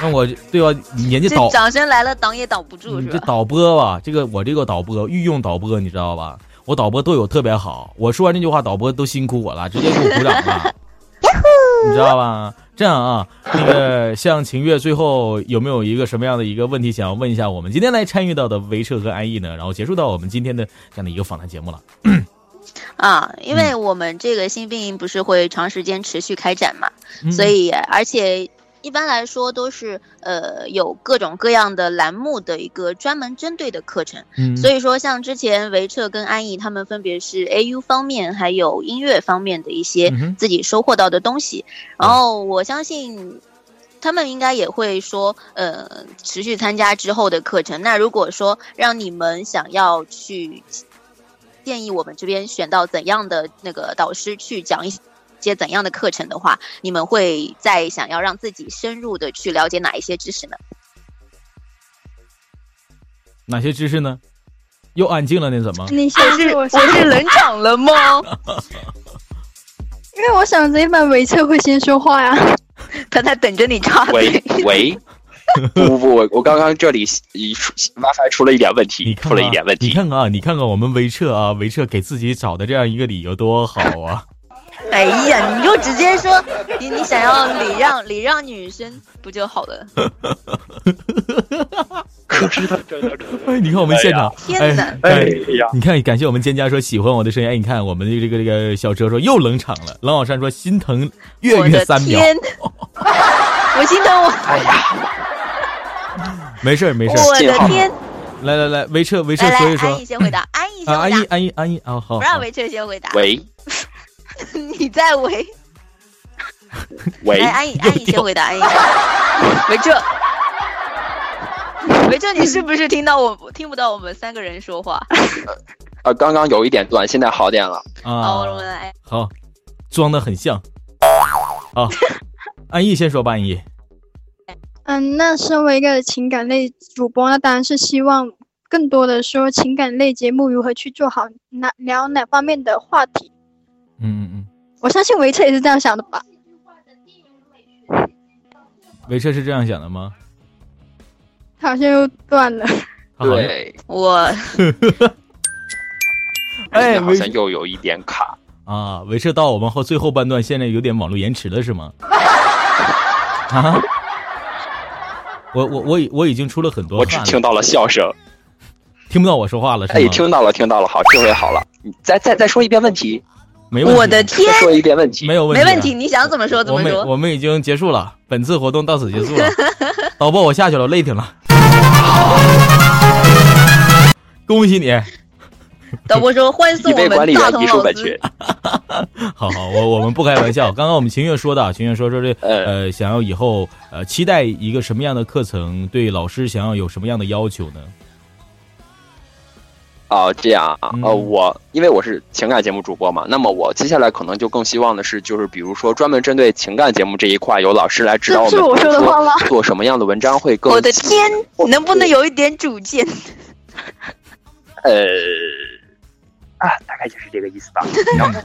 S3: 那我对吧？你年纪
S12: 这
S3: 导，
S12: 掌声来了，挡也挡不住，
S3: 你
S12: 是
S3: 嗯这
S12: 吧？
S3: 导播吧，这个我这个导播御用导播，你知道吧？我导播都有特别好，我说完这句话，导播都辛苦我了，直接给我鼓掌了，你知道吧？这样啊，那个像秦月最后有没有一个什么样的一个问题想要问一下我们今天来参与到的维彻和安逸呢？然后结束到我们今天的这样的一个访谈节目了。
S7: 啊，
S3: 嗯
S7: 因为我们这个新兵营不是会长时间持续开展嘛，
S12: 嗯
S7: 所以而且一般来说都是呃有各种各样的栏目的一个专门针对的课程，
S12: 嗯
S7: 所以说像之前维彻跟安逸他们分别是 AU 方面还有音乐方面的一些
S12: 嗯哼
S7: 自己收获到的东西，然后我相信他们应该也会说，呃，持续参加之后的课程。那如果说让你们想要去建议我们这边选到怎样的那个导师去讲一些怎样的课程的话，你们会在想要让自己深入的去了解哪一些知识呢？
S3: 哪些知识呢？又安静了呢？怎么？
S9: 你先说，我
S7: 啊 我是冷场了吗？
S9: 因为我想着一般维策会先说话呀、
S7: 他在等着你插
S8: 喂喂， 不不不，我我刚刚这里一出 WiFi 出了一点问题，出了一点问题。
S3: 你看看啊，你看看我们维彻啊，维彻给自己找的这样一个理由多好啊！
S7: 哎呀，你就直接说你你想要礼让礼让女生不就好了？
S3: 哎，你看我们现场，
S7: 天哪
S3: 哎
S7: 哎
S8: 呀
S3: 你看，感谢我们蒹葭说喜欢我的声音。哎，你看我们的这个这个小哲说又冷场了。冷小山说心疼月
S7: 我
S3: 月
S7: 的
S3: 三秒，
S7: 天，我心疼我，
S3: 没事儿没事儿。
S7: 我的天！
S3: 来来来，维彻维彻
S7: 来
S3: 说一
S7: 来，
S3: 说
S7: 安逸先 回答，安
S3: 啊，
S7: 逸先
S3: 安
S7: 回
S3: 逸
S7: 答，
S3: 安逸安逸啊，好好
S7: 不，让维彻先回答，
S8: 喂
S7: 你在围，
S8: 喂，
S7: 来 安逸
S3: 哎
S7: 安逸先回答，安逸，维彻，维彻，你是不是听到我听不到我们三个人说话？
S8: 啊，刚刚有一点断，现在好点了。
S3: 啊，
S7: 哦我们来，
S3: 好，装的很像 啊。安逸先说吧，安逸，
S9: 嗯，那身为一个情感类主播，那当然是希望更多的说情感类节目如何去做好，哪聊哪方面的话题。
S3: 嗯嗯嗯，
S9: 我相信维彻也是这样想的吧？
S3: 维彻是这样想的吗？
S9: 他好像又断了。
S3: 他好像，
S7: 我
S3: 哎，
S8: 好
S3: 维
S8: 像又有一点卡。
S3: 啊，维彻到我们后最后半段，现在有点网络延迟了，是 吗？啊，我我我已我已经出了很多
S8: 我
S3: 汗
S8: 只
S3: 了，
S8: 听到了笑声。
S3: 听不到我说话了是吗？
S8: 哎，听到了，听到了，好，这回好了。你再再再说一遍问题，
S3: 没问题。
S7: 我的天
S8: 再说一遍问题，
S3: 没有问题、啊
S7: 没问题，。你想怎么说怎
S3: 我
S7: 么
S3: 们
S7: 说。
S3: 我们已经结束了，本次活动到此结 束了。导播，我下去了，我累挺了。恭喜你，
S7: 导播说欢送
S8: 一
S7: 我
S8: 位管理
S7: 们大
S8: 员
S7: 同
S8: 艺术
S7: 老
S8: 版
S7: 师
S8: 权。
S3: 好好，我我们不开玩笑。刚刚我们秦月说的啊，秦月说说这
S8: 哎
S3: 呃，想要以后呃，期待一个什么样的课程，对老师想要有什么样的要求呢？
S8: 哦，这样啊，呃，
S3: 嗯
S8: 我因为我是情感节目主播嘛，那么我接下来可能就更希望的是，就是比如说专门针对情感节目这一块，由老师来指导我
S7: 这
S8: 们，
S7: 是我说的话吗
S8: 做什么样的文章会更
S7: 我的天，能不能有一点主 见？
S8: 呃啊，大概就是这个意思 吧。然后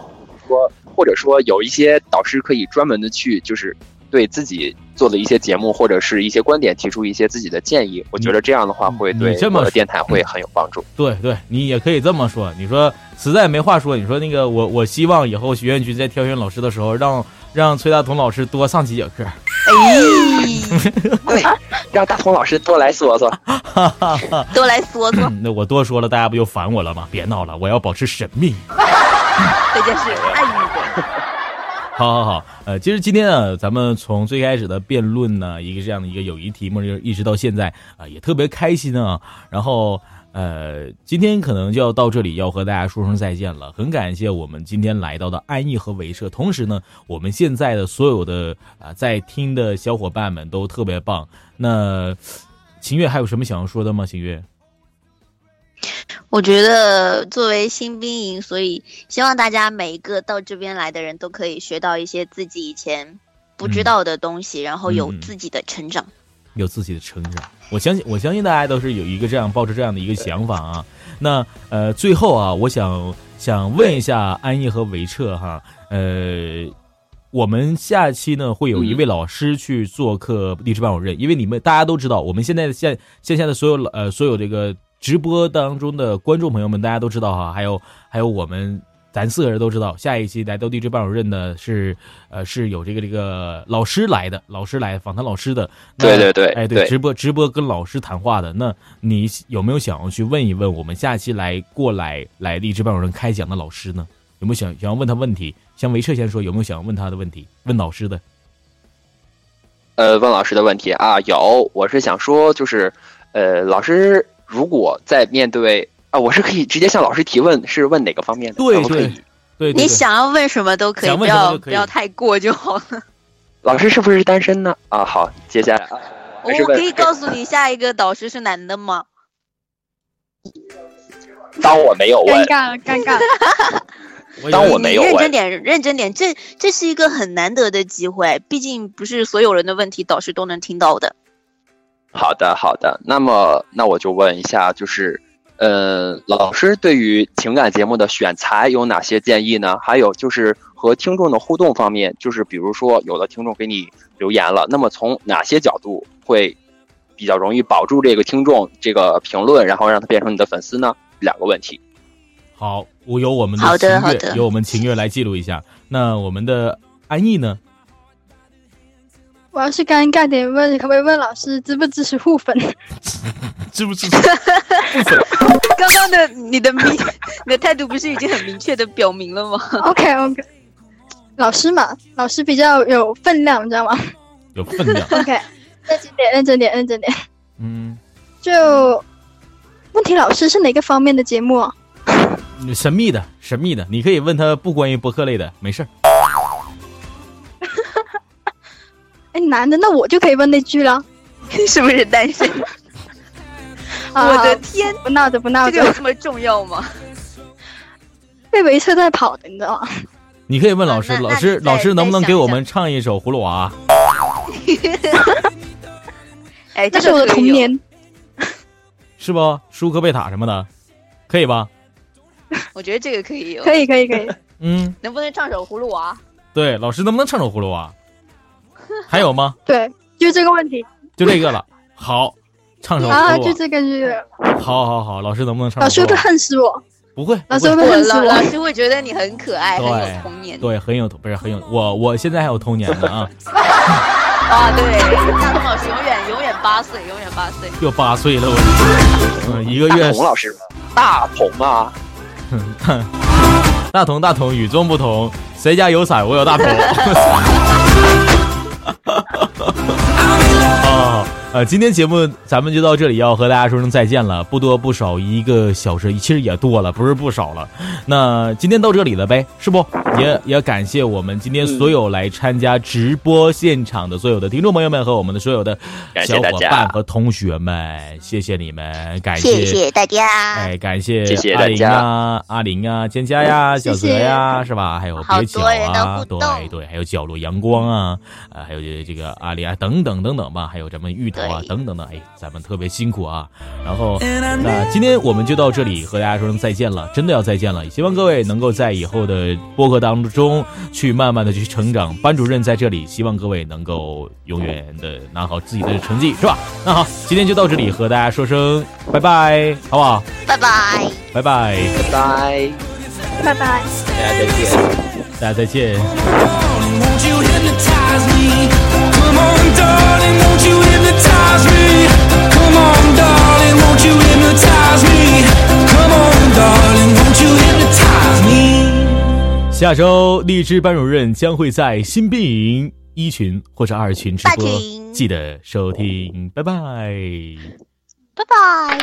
S8: 说，或者说有一些导师可以专门的去，就是对自己做的一些节目或者是一些观点提出一些自己的建议。我觉得这样的话会
S3: 嗯你
S8: 对
S3: 这么
S8: 我的
S3: 说
S8: 电台会很有帮 助。
S3: 对对，你也可以这么说。你说实在没话说，你说那个我我希望以后学院局在挑选老师的时候，让让崔大同老师多上几节课。
S8: 让大同老师多来说说。
S3: 哈哈哈。
S7: 多来说说
S3: 嗯那我多说了，大家不就烦我了吗？别闹了，我要保持神秘。
S7: 这件 事，爱你的。
S3: 好好好，呃，其实今天啊，咱们从最开始的辩论呢，一个这样的一个友谊题目，就是一直到现在啊、也特别开心啊。然后呃，今天可能就要到这里，要和大家说声再见了。很感谢我们今天来到的安逸和维社，同时呢，我们现在的所有的啊、在听的小伙伴们都特别棒。那秦月还有什么想要说的吗？秦月，
S7: 我觉得作为新兵营，所以希望大家每一个到这边来的人都可以学到一些自己以前不
S8: 嗯
S7: 知道的东西，然后有自己的成长。
S3: 有自己的成长。我相信，我相信大家都是有一个这样抱着这样的一个想法啊。那呃，最后啊，我想想问一下安逸和维彻哈，呃，我们下期呢会有一位老师去做客励志班主任，因为你们大家都知道，我们现在的线线下的所有呃所有这个直播当中的观众朋友们，大家都知道哈，还有还有我们。咱四个人都知道，下一期来到励志班主任的是，呃，是有这个这个老师来的，老师来访谈老师的。那
S8: 对对对
S3: 哎对，
S8: 对
S3: 直播直播跟老师谈话的。那你有没有想要去问一问我们下期来过来来励志班主任开讲的老师呢？有没有想想要问他问题？像维彻先说，有没有想要问他的问题？问老师的。
S8: 呃，问老师的问题啊，有，我是想说，就是，呃，老师如果在面对啊，我是可以直接向老师提问，是问哪个方面的？
S3: 对
S8: 可不可以
S3: 对对，对
S7: 你想要问什么都可以，
S8: 想
S7: 不
S8: 问什么
S7: 要
S8: 都可以
S7: 不要太过就好了。
S8: 老师是不是单身呢？啊，好，接下来啊，还是
S7: 我
S8: 问
S7: 可以告诉你，下一个导师是男的吗？
S8: 当我没有问，
S7: 尬，尴尬。
S8: 当我没有哎
S7: 你认真
S8: 问，
S7: 点，认真点，这这是一个很难得的机会，毕竟不是所有人的问题导师都能听到的。
S8: 好的好的，那么那我就问一下，就是，呃，老师对于情感节目的选材有哪些建议呢？还有就是和听众的互动方面，就是比如说有的听众给你留言了，那么从哪些角度会比较容易保住这个听众这个评论，然后让他变成你的粉丝呢？两个问题。
S3: 好，我由我们的
S8: 好的
S3: 秦月
S8: 好的
S3: 由我们秦月来记录一下。那我们的安逸呢？
S9: 我要是尴尬点问，可不可以问老师支不支持互粉？
S3: 支不支持？
S7: 刚刚的你的明， 你的态度不是已经很明确的表明了吗
S9: OK OK，老师嘛，老师比较有分量，你知道吗。
S3: 有分量
S9: ？OK，认 真点，认真点，认真点。
S3: 嗯，
S9: 就问题，老师是哪个方面的节目啊？
S3: 神秘的，神秘的，你可以问他不关于播客类的，没事儿。
S9: 哎，男的，那我就可以问那句了。
S7: 是不是单身？
S9: 啊
S7: 我的天，
S9: 不闹着不闹
S7: 这个有
S9: 着，
S7: 这么重要吗？
S9: 被围车在跑的，你知道吗？
S3: 你可以问老师，老师，老师能不能给我们唱一首《葫芦娃》？
S7: 哎，
S9: 那是我的童年。
S3: 是不？舒克贝塔什么的，可以吧？
S7: 我觉得这个可以有，
S9: 可以可以可以，
S3: 嗯，
S7: 能不能唱首《葫芦娃
S3: 对，老师能不能唱首《葫芦娃》？还有吗？
S9: 对，就这个问题
S3: 就这个了。好，唱首《
S9: 啊，
S3: 葫芦
S9: 就
S3: 娃》。
S9: 这个就这个。
S3: 好好好，老师能不能唱
S9: 老
S3: 首葫
S9: 师
S3: 芦
S9: 会不
S3: 娃
S9: 会？恨死我。
S3: 不会，
S9: 老师》？会 不会
S7: 我
S9: 恨死
S7: 老
S9: 我
S7: 老？师会觉得你很可爱，很有童
S3: 对
S7: 年。
S3: 对，很有童，不是很有我，我现在还有童年呢啊。
S7: 啊，对，大东老师永远永远
S11: 八岁，永远八岁。
S3: 又八岁了，我，嗯，一个月。
S9: 啊
S8: 洪老师吗？大同啊，
S3: 大同大同，与众不同。谁家有伞，我有 大同。啊，呃，今天节目咱们就到这里，要和大家说声再见了。不多不少，一个小时，其实也多了，不是不少了。那今天到这里了呗，是不？也也感谢我们今天所有来参加直播现场的所有的听众朋友们和我们的所有的
S8: 感
S3: 小
S8: 谢大
S3: 伙
S8: 家
S3: 伴和同学们，谢谢你们，感
S11: 谢谢大家，
S3: 哎，感谢
S8: 谢谢
S3: 阿
S8: 大
S3: 玲
S8: 家
S3: 啊、阿玲啊、蒹葭呀、
S9: 谢
S3: 小泽
S9: 谢
S3: 呀，是吧？还有
S11: 嗯好
S3: 别巧
S11: 多人的
S3: 啊
S11: 互，
S3: 对
S11: 动
S3: 对，还有角落阳光啊，啊，还有这这个阿里啊，等等等等吧，还有咱们芋头啊，
S11: 对
S3: 等等的，哎，咱们特别辛苦啊。然后那今天我们就到这里，和大家说声再见了，真的要再见了。希望各位能够在以后的播客当中去慢慢的去成长。班主任在这里，希望各位能够永远的拿好自己的成绩，是吧？那好，今天就到这里，和大家说声拜拜，好不好？
S11: 拜拜。
S3: 拜拜，
S8: 拜拜，
S9: 拜拜。
S8: 大
S3: 大家
S8: 家再见。
S3: 再见。
S13: Won't you hypnotize me? Come on, darling, won't you hypnotize me? Come on, darling, won't you hypnotize me? Come on, darling, won't you hypnotize me?
S3: 下周荔枝班主任将会在新兵营一群或者二群直播
S11: 大群，
S3: 记得收听，拜拜。
S11: 拜拜。